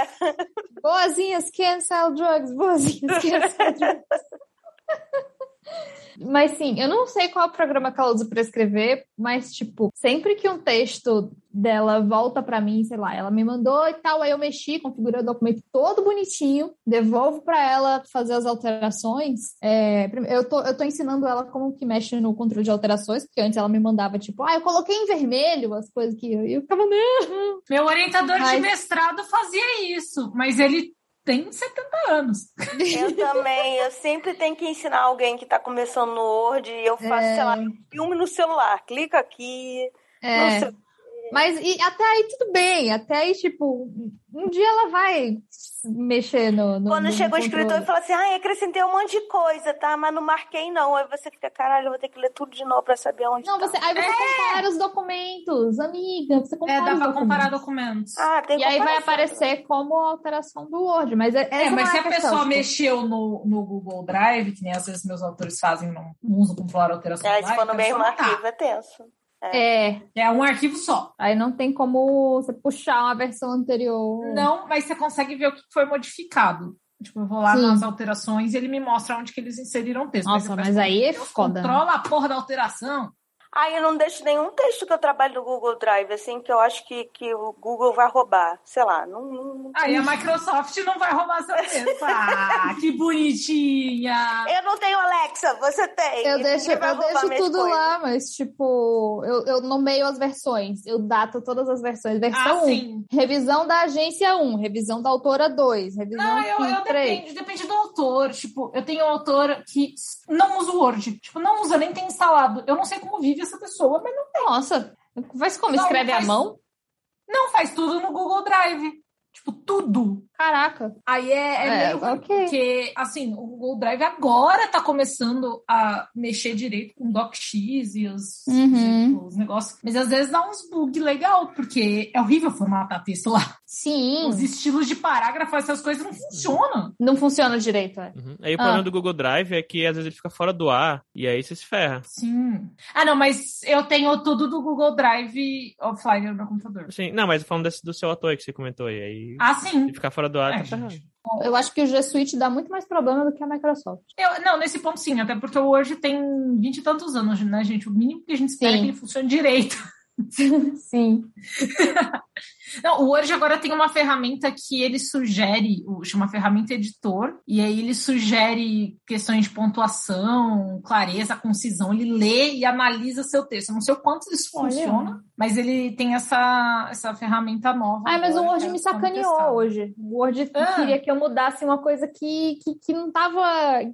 [SPEAKER 4] Boazinhas can't sell drugs, boazinhas can't sell drugs. Mas sim, eu não sei qual programa que ela usa pra escrever, mas tipo, sempre que um texto dela volta pra mim, sei lá, ela me mandou e tal, aí eu mexi, configurei o documento todo bonitinho, devolvo pra ela fazer as alterações. É, prime- eu, tô, eu tô ensinando ela como que mexe no controle de alterações, porque antes ela me mandava tipo, ah, eu coloquei em vermelho as coisas que eu, e eu ficava, não,
[SPEAKER 2] Meu orientador de
[SPEAKER 4] Mas-
[SPEAKER 2] mestrado fazia isso, mas ele tem 70 anos.
[SPEAKER 1] Eu também. Eu sempre tenho que ensinar alguém que tá começando no Word e eu faço, sei lá, filme no celular. Clica aqui.
[SPEAKER 4] é,
[SPEAKER 1] Não sei o quê.
[SPEAKER 4] Mas e até aí tudo bem, até aí, tipo, um dia ela vai mexer no. no
[SPEAKER 5] Quando
[SPEAKER 4] no
[SPEAKER 5] chega o
[SPEAKER 4] controle.
[SPEAKER 5] escritor e fala assim, ah, acrescentei um monte de coisa, tá? Mas não marquei não. Aí você fica, caralho, eu vou ter que ler tudo de novo pra saber onde
[SPEAKER 4] Não,
[SPEAKER 5] tá.
[SPEAKER 4] você, aí você compara os documentos, amiga. Você compara
[SPEAKER 2] É, dá
[SPEAKER 4] os
[SPEAKER 2] pra
[SPEAKER 4] documentos.
[SPEAKER 2] comparar documentos.
[SPEAKER 5] Ah, tem
[SPEAKER 4] E aí vai
[SPEAKER 5] comparação.
[SPEAKER 4] aparecer como alteração do Word. Mas é,
[SPEAKER 2] É,
[SPEAKER 4] essa
[SPEAKER 2] mas
[SPEAKER 4] não
[SPEAKER 2] se
[SPEAKER 4] é
[SPEAKER 2] a
[SPEAKER 4] questão,
[SPEAKER 2] pessoa
[SPEAKER 4] tipo,
[SPEAKER 2] mexeu no, no Google Drive, que nem às vezes meus autores fazem, não usam como falar alteração.
[SPEAKER 5] É,
[SPEAKER 2] do
[SPEAKER 5] se
[SPEAKER 2] Drive,
[SPEAKER 5] for no
[SPEAKER 2] então
[SPEAKER 5] mesmo
[SPEAKER 2] só tá.
[SPEAKER 5] arquivo, é tenso.
[SPEAKER 4] É,
[SPEAKER 2] É um arquivo só.
[SPEAKER 4] aí não tem como você puxar uma versão anterior.
[SPEAKER 2] Não, mas você consegue ver o que foi modificado. Tipo, eu vou lá
[SPEAKER 4] Sim.
[SPEAKER 2] nas alterações e ele me mostra onde que eles inseriram o texto.
[SPEAKER 4] Nossa,
[SPEAKER 2] eu
[SPEAKER 4] mas
[SPEAKER 2] faço,
[SPEAKER 4] aí é
[SPEAKER 2] Deus,
[SPEAKER 4] foda. né?
[SPEAKER 2] Controla a porra da alteração.
[SPEAKER 5] Aí eu não deixo nenhum texto que eu trabalho no Google Drive, assim, que eu acho que, que o Google vai roubar. Sei lá, não... não- não-
[SPEAKER 2] Aí a Microsoft não vai roubar seu texto. Ah, que bonitinha.
[SPEAKER 5] Eu não tenho Alexa, você tem.
[SPEAKER 4] Eu
[SPEAKER 5] Ninguém
[SPEAKER 4] deixo,
[SPEAKER 5] vai
[SPEAKER 4] eu
[SPEAKER 5] roubar
[SPEAKER 4] deixo
[SPEAKER 5] minhas
[SPEAKER 4] tudo
[SPEAKER 5] coisas.
[SPEAKER 4] lá, mas tipo, eu, eu nomeio as versões, eu dato todas as versões. Versão
[SPEAKER 2] Ah,
[SPEAKER 4] 1,
[SPEAKER 2] sim.
[SPEAKER 4] revisão da agência 1, revisão da autora 2, revisão
[SPEAKER 2] Não, Ah, eu, eu
[SPEAKER 4] 3.
[SPEAKER 2] depende, depende do autor. Tipo, eu tenho um autor que não usa o Word. Tipo, não usa, nem tem instalado. Eu não sei como vive essa pessoa, mas não,
[SPEAKER 4] Nossa, mas como?
[SPEAKER 2] Não,
[SPEAKER 4] Escreve
[SPEAKER 2] mas-
[SPEAKER 4] à mão?
[SPEAKER 2] não faz tudo no Google Drive. Tipo, tudo.
[SPEAKER 4] Caraca.
[SPEAKER 2] Aí é, é
[SPEAKER 4] É,
[SPEAKER 2] meio ruim,
[SPEAKER 4] ok.
[SPEAKER 2] porque, assim, o Google Drive agora tá começando a mexer direito com o DocX e os, tipo,
[SPEAKER 4] Uhum.
[SPEAKER 2] os negócios. Mas às vezes dá uns bug legal, porque é horrível formatar texto lá.
[SPEAKER 4] Sim,
[SPEAKER 2] Os estilos de parágrafo, essas coisas não funcionam.
[SPEAKER 4] não funciona direito, é.
[SPEAKER 3] Uhum. Aí o
[SPEAKER 4] Ah.
[SPEAKER 3] problema do Google Drive é que às vezes ele fica fora do ar e aí você se ferra.
[SPEAKER 2] Sim. Ah, não, mas eu tenho tudo do Google Drive offline no meu computador.
[SPEAKER 3] Assim, não, mas falando desse, do seu ator aí que você comentou aí, aí
[SPEAKER 2] Ah, sim.
[SPEAKER 3] se ficar fora do ar,
[SPEAKER 2] É,
[SPEAKER 3] tá ferrado.
[SPEAKER 2] gente.
[SPEAKER 4] Eu acho que o G Suite dá muito mais problema do que a Microsoft.
[SPEAKER 2] Eu- não, nesse ponto sim, até porque o Word tem vinte e tantos anos, né, gente? O mínimo que a gente espera
[SPEAKER 4] Sim.
[SPEAKER 2] é que ele funcione direito.
[SPEAKER 4] Sim.
[SPEAKER 2] Não, o Word agora tem uma ferramenta que ele sugere, o- chama ferramenta editor, e aí ele sugere questões de pontuação, clareza, concisão, ele lê e analisa seu texto. Eu não sei o quanto isso
[SPEAKER 4] Olha.
[SPEAKER 2] funciona, mas ele tem essa, essa ferramenta nova.
[SPEAKER 4] Ai, mas o
[SPEAKER 2] agora,
[SPEAKER 4] Word
[SPEAKER 2] que
[SPEAKER 4] me
[SPEAKER 2] é como
[SPEAKER 4] sacaneou
[SPEAKER 2] testar.
[SPEAKER 4] hoje. O Word
[SPEAKER 2] Ah.
[SPEAKER 4] queria que eu mudasse uma coisa que, que, que não tava.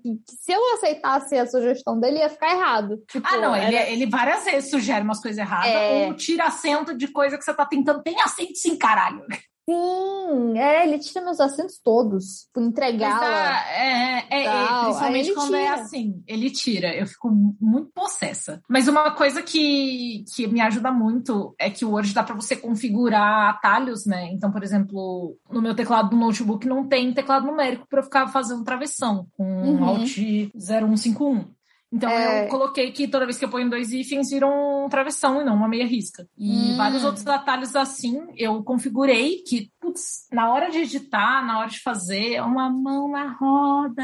[SPEAKER 4] que- que se eu aceitasse a sugestão dele, ia ficar errado. Tipo,
[SPEAKER 2] Ah, não,
[SPEAKER 4] era-
[SPEAKER 2] ele, ele várias vezes sugere umas coisas erradas,
[SPEAKER 4] É.
[SPEAKER 2] ou tira acento de coisa que você tá tentando. Tem acento sim, caralho.
[SPEAKER 4] Sim, é, ele tira meus assentos todos. Por
[SPEAKER 2] Mas
[SPEAKER 4] entregá-la.
[SPEAKER 2] dá- é, é, é,
[SPEAKER 4] Tal. Aí
[SPEAKER 2] principalmente
[SPEAKER 4] ele
[SPEAKER 2] quando é
[SPEAKER 4] tira.
[SPEAKER 2] assim, ele tira. Eu fico mu- muito possessa. Mas uma coisa que, que me ajuda muito é que o Word dá pra você configurar atalhos, né? Então, por exemplo, no meu teclado do notebook não tem teclado numérico pra eu ficar fazendo travessão com
[SPEAKER 4] Uhum.
[SPEAKER 2] Alt 0151. Então
[SPEAKER 4] É.
[SPEAKER 2] eu coloquei que toda vez que eu ponho dois hífens viram um travessão e não uma meia risca. E
[SPEAKER 4] Hum.
[SPEAKER 2] vários outros atalhos assim eu configurei que, putz, na hora de editar, na hora de fazer, é uma mão na roda.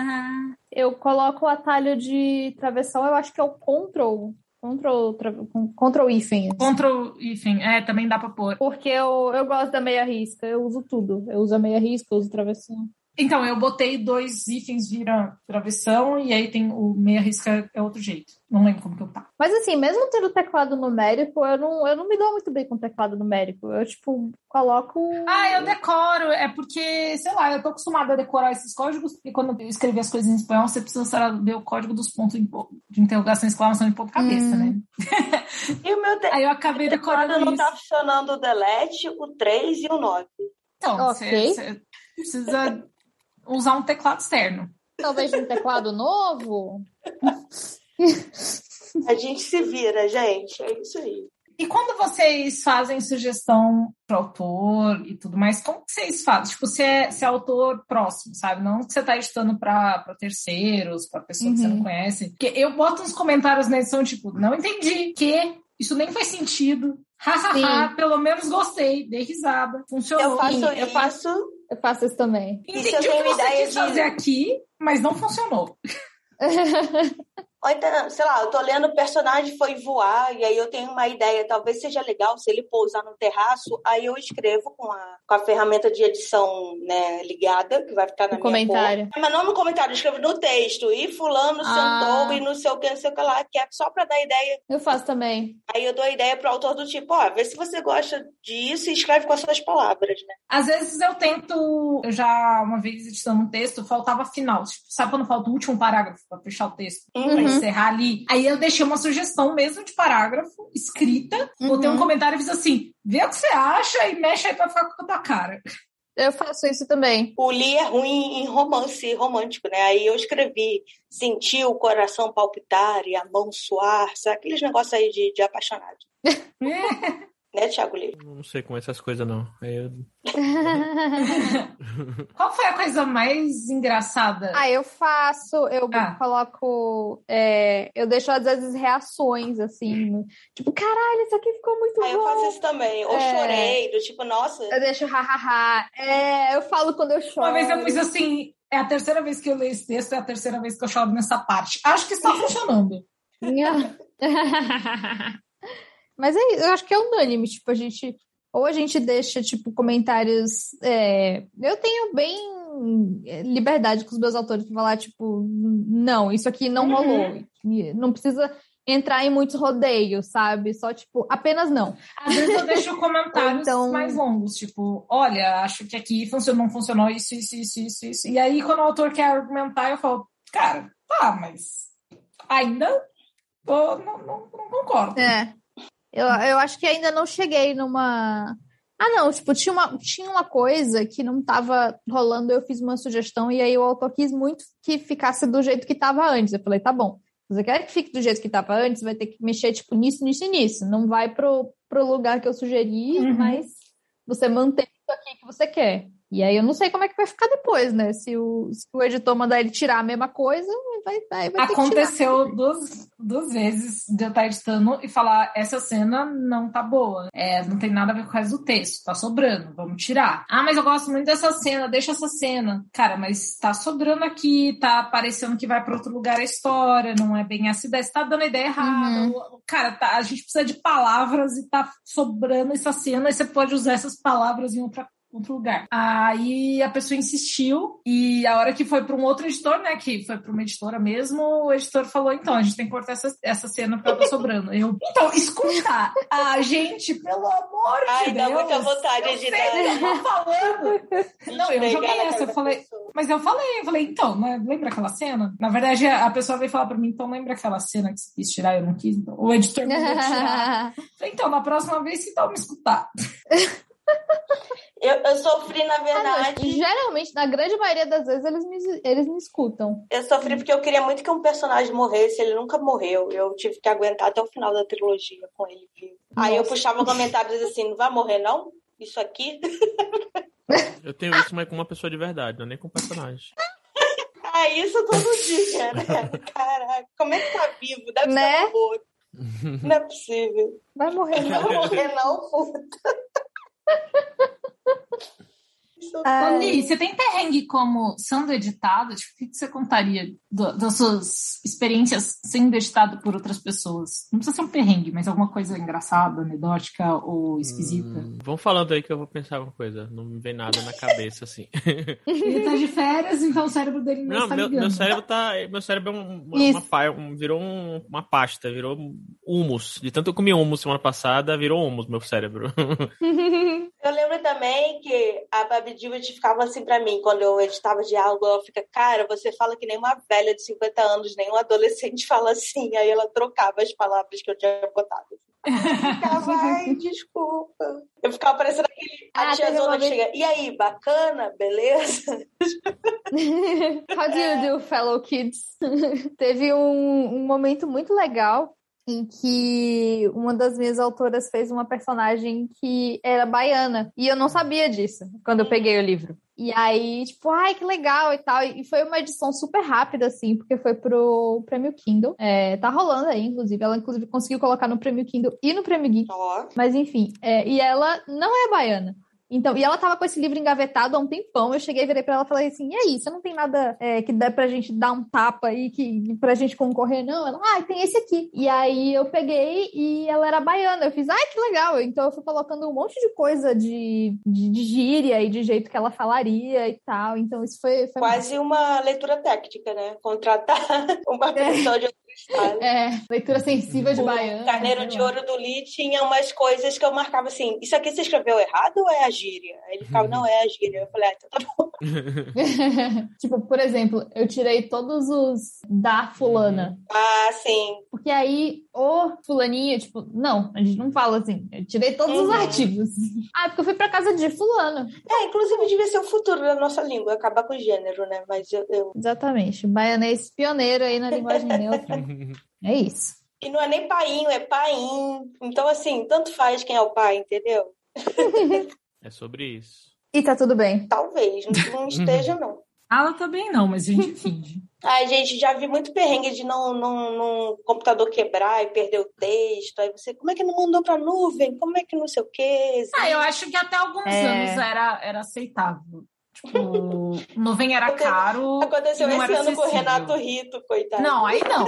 [SPEAKER 4] Eu coloco o atalho de travessão, eu acho que é o Ctrl. Ctrl, tra... Ctrl hífen. assim.
[SPEAKER 2] Ctrl hífen, é, também dá pra pôr.
[SPEAKER 4] Porque eu, eu gosto da meia risca, eu uso tudo. Eu uso a meia risca, eu uso travessão.
[SPEAKER 2] Então eu botei dois hífens viram travessão e aí tem o meia risca é outro jeito. Não lembro como que eu tá.
[SPEAKER 4] Mas assim, mesmo tendo teclado numérico, eu não, eu não me dou muito bem com teclado numérico. Eu, tipo, coloco.
[SPEAKER 2] Ah, eu decoro. É porque, sei lá, eu tô acostumada a decorar esses códigos. E quando eu escrevi as coisas em espanhol, você precisa saber o código dos pontos em- de interrogação, exclamação e ponto cabeça, né?
[SPEAKER 5] E o meu te-
[SPEAKER 2] Aí eu acabei decorando
[SPEAKER 5] teclado não
[SPEAKER 2] isso.
[SPEAKER 5] tá funcionando o delete, o 3 e o 9.
[SPEAKER 2] Então,
[SPEAKER 4] Ok.
[SPEAKER 2] você você precisa usar um teclado externo.
[SPEAKER 4] Talvez um teclado novo.
[SPEAKER 5] A gente se vira, gente. É isso aí.
[SPEAKER 2] E quando vocês fazem sugestão pro autor e tudo mais, como que vocês fazem? Tipo, se é, se é autor próximo, sabe? Não que você tá editando para terceiros, pra pessoa que você
[SPEAKER 4] Uhum.
[SPEAKER 2] não conhece. Porque eu boto uns comentários na edição, tipo, não entendi, que isso nem faz sentido. Hahaha,
[SPEAKER 4] Sim.
[SPEAKER 2] pelo menos gostei, dei risada, funcionou.
[SPEAKER 5] Eu faço
[SPEAKER 4] Sim,
[SPEAKER 5] isso.
[SPEAKER 4] eu Eu faço isso também.
[SPEAKER 5] isso, eu
[SPEAKER 2] Entendi o
[SPEAKER 5] tenho
[SPEAKER 2] que você
[SPEAKER 5] ideia
[SPEAKER 2] quis
[SPEAKER 5] de-
[SPEAKER 2] fazer aqui, mas não funcionou.
[SPEAKER 5] Ou então, sei lá, eu tô lendo o personagem foi voar, e aí eu tenho uma ideia, talvez seja legal se ele pousar no terraço, aí eu escrevo com a, com a ferramenta de edição né, ligada, que vai ficar na
[SPEAKER 4] O
[SPEAKER 5] minha
[SPEAKER 4] Um comentário.
[SPEAKER 5] cor. Mas não no comentário, eu escrevo no texto. E fulano
[SPEAKER 4] Ah.
[SPEAKER 5] sentou e não sei o que, não sei o que lá, que é só pra dar ideia.
[SPEAKER 4] Eu faço também.
[SPEAKER 5] Aí eu dou a ideia pro autor do tipo, ó, vê se você gosta disso e escreve com as suas palavras, né?
[SPEAKER 2] Às vezes eu tento, eu já uma vez editando um texto, faltava final. Tipo, sabe quando falta o último parágrafo pra fechar o texto?
[SPEAKER 5] Hum,
[SPEAKER 4] Uhum.
[SPEAKER 2] encerrar ali. Aí eu deixei uma sugestão mesmo de parágrafo, escrita, uhum. botei um comentário e fiz assim: vê o que você acha e mexe aí pra ficar com a tua cara.
[SPEAKER 4] Eu faço isso também.
[SPEAKER 1] O Li é ruim em romance romântico, né? Aí eu escrevi sentir o coração palpitar e a mão suar, sabe? aqueles negócios aí de, de apaixonado. né, Thiago Li?
[SPEAKER 3] Não sei com essas coisas, não. Eu...
[SPEAKER 2] Qual foi a coisa mais engraçada?
[SPEAKER 4] Ah, eu faço, eu
[SPEAKER 2] Tá.
[SPEAKER 4] ah. coloco. É, eu deixo às vezes reações, assim. Tipo, caralho, isso aqui ficou muito ah, bom.
[SPEAKER 1] eu faço isso também. Ou é... chorei, do tipo, nossa.
[SPEAKER 2] É
[SPEAKER 4] Eu deixo hahaha. É, eu falo quando eu choro.
[SPEAKER 2] Uma vez eu fiz assim. É a terceira vez que eu leio esse texto, é a terceira vez que eu choro nessa parte. Acho que está funcionando.
[SPEAKER 4] Mas é, eu acho que é unânime, tipo, a gente. Ou a gente deixa, tipo, comentários. É, eu tenho bem é, liberdade com os meus autores para falar, tipo, não, isso aqui não uhum. rolou. Não precisa entrar em muitos rodeios, sabe? Só, tipo, apenas não.
[SPEAKER 2] Às vezes eu deixo comentários então... mais longos, tipo, olha, acho que aqui funcionou, não funcionou, isso, isso, isso, isso, isso. E aí, quando o autor quer argumentar, eu falo, cara, tá, mas ainda tô, não, não, não concordo.
[SPEAKER 4] É. Eu, eu acho que ainda não cheguei numa. Ah, não, tipo, tinha uma, tinha uma coisa que não tava rolando, eu fiz uma sugestão, e aí o autor quis muito que ficasse do jeito que tava antes. Eu falei, tá bom, se você quer que fique do jeito que tava antes, vai ter que mexer, tipo, nisso, nisso e nisso. Não vai pro, pro lugar que eu sugeri, uhum. mas você mantém isso aqui que você quer. E aí eu não sei como é que vai ficar depois, né? Se o, se o editor mandar ele tirar a mesma coisa, vai, vai, vai
[SPEAKER 2] Aconteceu duas, duas vezes de eu estar editando e falar, essa cena não tá boa. É, não tem nada a ver com o resto do texto, tá sobrando, vamos tirar. Ah, mas eu gosto muito dessa cena, deixa essa cena. Cara, mas tá sobrando aqui, tá parecendo que vai para outro lugar a história, não é bem essa ideia, você tá dando a ideia errada. Uhum. Cara, tá, a gente precisa de palavras e tá sobrando essa cena, e você pode usar essas palavras em outra outro lugar. Aí a pessoa insistiu e a hora que foi para um outro editor, né, que foi para uma editora mesmo, o editor falou, então, a gente tem que cortar essa, essa cena porque ela tá sobrando. Eu, então, escuta! a gente, pelo amor Ai, de Deus! Ai, dá
[SPEAKER 1] muita vontade
[SPEAKER 2] eu
[SPEAKER 1] de dar.
[SPEAKER 2] Tá falando. Não, eu joguei essa, eu falei, mas eu falei, eu falei, então, né, lembra aquela cena? Na verdade, a pessoa veio falar para mim, então, lembra aquela cena que você quis tirar eu não quis? Então, o editor não tirar. Eu falei, então, na próxima vez, se dá me escutar.
[SPEAKER 1] Eu, eu, sofri, na verdade. Ah,
[SPEAKER 4] geralmente, na grande maioria das vezes, eles me, eles me escutam.
[SPEAKER 1] Eu sofri porque eu queria muito que um personagem morresse, ele nunca morreu. Eu tive que aguentar até o final da trilogia com ele vivo. Aí eu puxava comentários assim: não vai morrer, não? Isso aqui.
[SPEAKER 3] eu tenho isso, mas com uma pessoa de verdade, não é nem com um personagem.
[SPEAKER 1] ah, isso todo dia, né? Caraca, como é que tá vivo? Deve né? ser um morto. Não é possível.
[SPEAKER 4] Vai morrer, né?
[SPEAKER 1] não. Vai morrer, não, puta.
[SPEAKER 2] Ah, Li, você tem perrengue como sendo editado? Tipo, o que você contaria do, das suas experiências sendo editado por outras pessoas? Não precisa ser um perrengue, mas alguma coisa engraçada, anedótica ou esquisita. Hum,
[SPEAKER 3] vão falando aí que eu vou pensar alguma coisa. Não me vem nada na cabeça, assim.
[SPEAKER 2] Ele tá de férias, então o cérebro dele não, não está
[SPEAKER 3] meu,
[SPEAKER 2] ligando.
[SPEAKER 3] Meu cérebro, tá, meu cérebro é um, uma, uma, virou um, uma pasta, virou humus. De tanto eu comi humus semana passada, virou humus meu cérebro.
[SPEAKER 1] eu lembro também que a Babi Divet ficava assim para mim, quando eu editava diálogo, ela fica, cara, você fala que nem uma velha de 50 anos, nem um adolescente fala assim. Aí ela trocava as palavras que eu tinha botado. Eu ficava, ai, desculpa. Eu ficava parecendo aquele. Ah, a tia Zona vez... chega, e aí, bacana, beleza?
[SPEAKER 4] How do you do, fellow kids? Teve um, um momento muito legal em que uma das minhas autoras fez uma personagem que era baiana. E eu
[SPEAKER 1] Hum.
[SPEAKER 4] não sabia disso quando eu peguei o livro. E aí, tipo, ai, que legal e tal. E foi uma edição super rápida, assim, porque foi pro Prêmio Kindle. É, tá rolando aí, inclusive. Ela, inclusive, conseguiu colocar no Prêmio Kindle e no Prêmio Geek. Oh. Mas, enfim. É, e ela não é baiana. Então, e ela tava com esse livro engavetado há um tempão. Eu cheguei, virei pra ela e falei assim: e aí, você não tem nada é, que dá pra gente dar um tapa aí, que, pra gente concorrer, não? Ela, ah, tem esse aqui. E aí eu peguei e ela era baiana. Eu fiz, ai, que legal. Então eu fui colocando um monte de coisa de, de, de gíria e de jeito que ela falaria e tal. Então isso foi. foi
[SPEAKER 1] Quase muito... uma leitura técnica, né? Contratar uma pessoa de outro sabe?
[SPEAKER 4] É, leitura sensível de
[SPEAKER 1] O
[SPEAKER 4] baiano.
[SPEAKER 1] Carneiro
[SPEAKER 4] sei
[SPEAKER 1] de
[SPEAKER 4] lá.
[SPEAKER 1] Ouro do Lee tinha umas coisas que eu marcava assim: isso aqui você escreveu errado ou é a gíria? Aí Ele ficava, não é a gíria. Eu falei, ah, então tá bom.
[SPEAKER 4] tipo, por exemplo, eu tirei todos os da fulana.
[SPEAKER 1] Ah, sim.
[SPEAKER 4] Porque aí, o fulaninha, tipo, não, a gente não fala assim. Eu tirei todos os
[SPEAKER 1] Uhum.
[SPEAKER 4] artigos. Ah, porque eu fui pra casa de fulano.
[SPEAKER 1] É, inclusive devia ser o futuro da nossa língua, acabar com o gênero, né? Mas eu, eu-
[SPEAKER 4] Exatamente. Baianês pioneiro aí na linguagem neutra. É isso.
[SPEAKER 1] E não é nem painho, é paim. Então, assim, tanto faz quem é o pai, entendeu?
[SPEAKER 3] É sobre isso.
[SPEAKER 4] E tá tudo bem.
[SPEAKER 1] Talvez, não- não esteja, não.
[SPEAKER 2] Ela Ah, também não, mas a gente finge.
[SPEAKER 1] Ai, gente, já vi muito perrengue de não, não, não computador quebrar e perder o texto. Aí você, como é que não mandou pra nuvem? Como é que não sei o quê?
[SPEAKER 2] Ah, eu acho que até alguns
[SPEAKER 4] É.
[SPEAKER 2] anos era, era aceitável. Tipo, nuvem era
[SPEAKER 1] Aconteceu-
[SPEAKER 2] caro.
[SPEAKER 1] Aconteceu
[SPEAKER 2] não
[SPEAKER 1] esse
[SPEAKER 2] era
[SPEAKER 1] ano com o
[SPEAKER 2] acessível.
[SPEAKER 1] Renato Rito, coitado.
[SPEAKER 2] Não, aí não.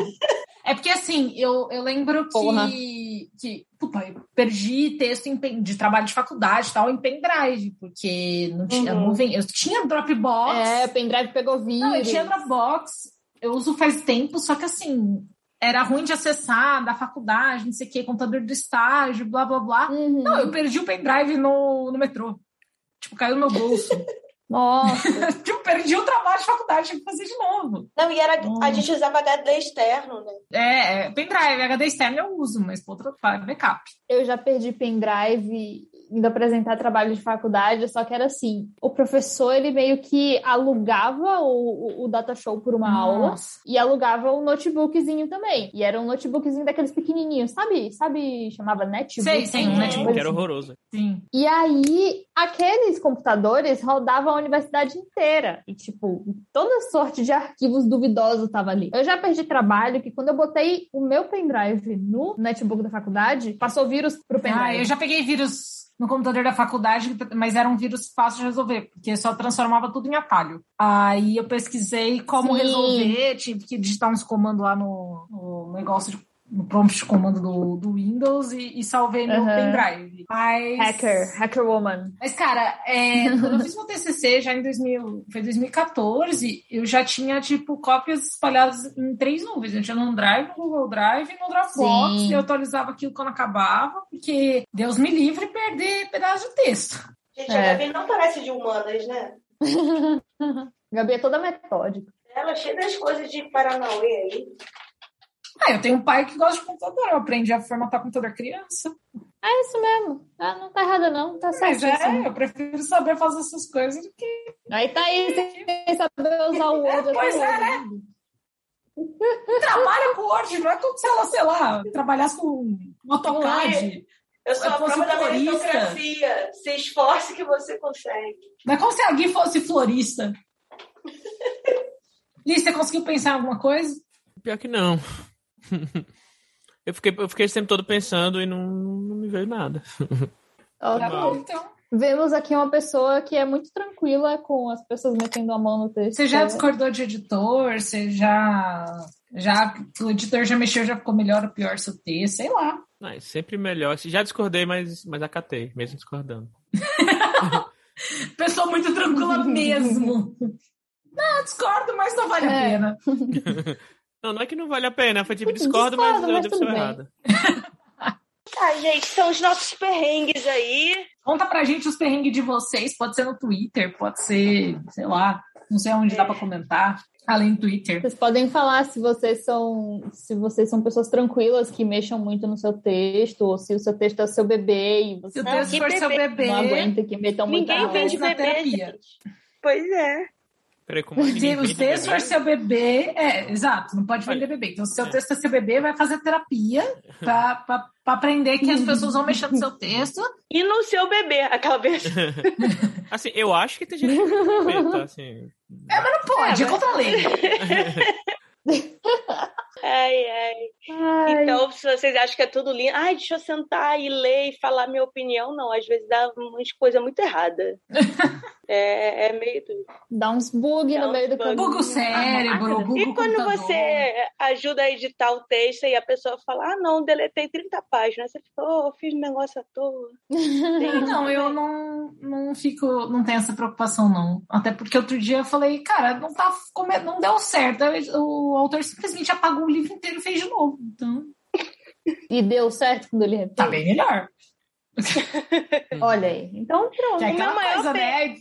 [SPEAKER 2] É porque assim, eu, eu lembro
[SPEAKER 4] Porra.
[SPEAKER 2] que, que. Puta, eu perdi texto em pen- de trabalho de faculdade e tal em pendrive, porque não tinha
[SPEAKER 1] Uhum.
[SPEAKER 2] nuvem. Eu tinha Dropbox.
[SPEAKER 4] É, o pendrive pegou vírus.
[SPEAKER 2] Não, eu tinha Dropbox, eu uso faz tempo, só que assim, era ruim de acessar da faculdade, não sei o que, computador do estágio, blá blá blá.
[SPEAKER 4] Uhum.
[SPEAKER 2] Não, eu perdi o pendrive no, no metrô. Tipo, caiu no meu bolso.
[SPEAKER 4] Nossa.
[SPEAKER 2] tipo, perdi o trabalho de faculdade, tive que fazer de novo.
[SPEAKER 1] Não, e era, a
[SPEAKER 2] Nossa.
[SPEAKER 1] gente usava HD externo, né?
[SPEAKER 2] É, é, pendrive, HD externo eu uso, mas pra outro pra backup.
[SPEAKER 4] Eu já perdi pendrive indo apresentar trabalho de faculdade, só que era assim, o professor ele meio que alugava o, o, o data show por uma aula
[SPEAKER 2] Nossa.
[SPEAKER 4] e alugava um notebookzinho também. E era um notebookzinho daqueles pequenininhos, sabe? Sabe, chamava netbook.
[SPEAKER 2] Sei, sei,
[SPEAKER 4] né?
[SPEAKER 2] um
[SPEAKER 3] Gente,
[SPEAKER 4] Tipo
[SPEAKER 2] netbook.
[SPEAKER 3] que era
[SPEAKER 4] assim.
[SPEAKER 3] horroroso.
[SPEAKER 2] Sim.
[SPEAKER 4] E aí, aqueles computadores rodavam a universidade inteira. E, tipo, toda sorte de arquivos duvidosos tava ali. Eu já perdi trabalho que quando eu botei o meu pendrive no netbook da faculdade, passou vírus pro pendrive.
[SPEAKER 2] Ah, eu já peguei vírus no computador da faculdade, mas era um vírus fácil de resolver, porque só transformava tudo em atalho. Aí eu pesquisei como
[SPEAKER 4] Sim.
[SPEAKER 2] resolver, tive que digitar uns comandos lá no, no negócio de no prompt de comando do, do Windows e, e salvei no
[SPEAKER 4] Aham.
[SPEAKER 2] pendrive. Mas...
[SPEAKER 4] Hacker, hacker woman.
[SPEAKER 2] Mas, cara, é, quando eu fiz meu TCC, já em 2000, foi 2014, eu já tinha, tipo, cópias espalhadas em três nuvens. Eu tinha no OneDrive, no Google Drive e no Dropbox.
[SPEAKER 4] Sim.
[SPEAKER 2] E eu atualizava aquilo quando acabava, porque Deus me livre perder pedaço de texto.
[SPEAKER 1] Gente,
[SPEAKER 4] É.
[SPEAKER 1] a Gabi não parece de humanas, né?
[SPEAKER 4] Gabi é toda metódica.
[SPEAKER 1] Ela é cheia das coisas de Paranauê aí.
[SPEAKER 2] Ah, eu tenho um pai que gosta de computador, eu aprendi a formatar computador criança.
[SPEAKER 4] É isso mesmo. Ah, não tá errada, não. Tá
[SPEAKER 2] Mas
[SPEAKER 4] certo.
[SPEAKER 2] é, eu prefiro saber fazer essas coisas do que...
[SPEAKER 4] Aí tá aí, sem saber usar o Word. até
[SPEAKER 2] Pois é,
[SPEAKER 4] hoje.
[SPEAKER 2] Trabalha com Word, não é como se ela, sei lá, trabalhasse com um AutoCAD.
[SPEAKER 1] Eu sou
[SPEAKER 2] Eu
[SPEAKER 1] a
[SPEAKER 2] fosse
[SPEAKER 1] prova da
[SPEAKER 2] florista.
[SPEAKER 1] meritocracia. Se esforce que você consegue.
[SPEAKER 2] Não é como se alguém fosse florista. Liz, você conseguiu pensar em alguma coisa?
[SPEAKER 3] Pior que não. Eu fiquei, eu fiquei esse tempo todo pensando e não, não me veio nada.
[SPEAKER 4] Ok.
[SPEAKER 2] Tá bom, então.
[SPEAKER 4] Vemos aqui uma pessoa que é muito tranquila com as pessoas metendo a mão no texto.
[SPEAKER 2] Você já
[SPEAKER 4] É.
[SPEAKER 2] discordou de editor? Você já. já o editor já mexeu, já ficou melhor ou pior seu texto? Sei lá.
[SPEAKER 3] Mas é sempre melhor. Já discordei, mas, mas acatei, mesmo discordando.
[SPEAKER 2] Pessoa muito tranquila mesmo. Não, discordo, mas não vale a
[SPEAKER 4] É.
[SPEAKER 2] pena.
[SPEAKER 3] Não, não é que não vale a pena. Foi tipo,
[SPEAKER 4] Tudo
[SPEAKER 3] discordo, mas
[SPEAKER 4] discordo,
[SPEAKER 3] eu
[SPEAKER 4] mas
[SPEAKER 3] devo
[SPEAKER 4] tudo
[SPEAKER 3] ser
[SPEAKER 4] bem.
[SPEAKER 3] errada.
[SPEAKER 1] Tá, gente, são os nossos perrengues aí.
[SPEAKER 2] Conta pra gente os perrengues de vocês. Pode ser no Twitter, pode ser, sei lá, não sei onde dá pra comentar. Além do Twitter.
[SPEAKER 4] Vocês podem falar se vocês são se vocês são pessoas tranquilas que mexam muito no seu texto, ou se o seu texto é o seu bebê e
[SPEAKER 2] Se
[SPEAKER 4] você
[SPEAKER 2] o
[SPEAKER 1] Não,
[SPEAKER 2] texto
[SPEAKER 1] que
[SPEAKER 2] for seu bebê.
[SPEAKER 4] não aguenta que metam muito
[SPEAKER 1] Ninguém
[SPEAKER 2] Então,
[SPEAKER 1] vende
[SPEAKER 2] na
[SPEAKER 1] bebê,
[SPEAKER 2] terapia.
[SPEAKER 1] gente. Pois é.
[SPEAKER 3] Peraí, como é que
[SPEAKER 2] Porque
[SPEAKER 3] ninguém
[SPEAKER 2] o
[SPEAKER 3] vende
[SPEAKER 2] texto
[SPEAKER 3] bebê?
[SPEAKER 2] é seu bebê, é, exato, não pode
[SPEAKER 3] Olha.
[SPEAKER 2] vender bebê. Então, se seu
[SPEAKER 3] É.
[SPEAKER 2] texto é seu bebê, vai fazer terapia pra, pra, pra aprender que as pessoas vão mexer no seu texto.
[SPEAKER 1] E no seu bebê, aquela vez.
[SPEAKER 3] Assim, eu acho que tem gente que não vê, tá? Assim,
[SPEAKER 2] Não pode, é contra a lei.
[SPEAKER 1] Ai, ai. Então, se vocês acham que é tudo lindo, ai, deixa eu sentar e ler e falar minha opinião, não. Às vezes dá umas coisas muito erradas. é, é meio doido.
[SPEAKER 4] Dá uns bug
[SPEAKER 1] Dá
[SPEAKER 4] no
[SPEAKER 1] uns
[SPEAKER 4] meio do
[SPEAKER 1] bug.
[SPEAKER 4] caminho.
[SPEAKER 2] Google
[SPEAKER 4] Ah,
[SPEAKER 2] cérebro,
[SPEAKER 4] não.
[SPEAKER 2] Google
[SPEAKER 1] E quando
[SPEAKER 2] computador.
[SPEAKER 1] você ajuda a editar o texto e a pessoa fala, ah, não, deletei 30 páginas, você fica, oh, eu fiz um negócio à toa. Tem isso
[SPEAKER 2] Não, Então, eu
[SPEAKER 1] também.
[SPEAKER 2] não, não fico, não tenho essa preocupação, não. Até porque outro dia eu falei, cara, não tá, come- não deu certo. Aí O autor simplesmente apagou o livro inteiro e fez de novo. Então,
[SPEAKER 4] E deu certo quando ele
[SPEAKER 2] tá
[SPEAKER 4] refez.
[SPEAKER 2] bem melhor.
[SPEAKER 4] Olha aí. Então, pronto.
[SPEAKER 2] Que é
[SPEAKER 1] O meu
[SPEAKER 2] aquela
[SPEAKER 1] maior
[SPEAKER 2] coisa, né?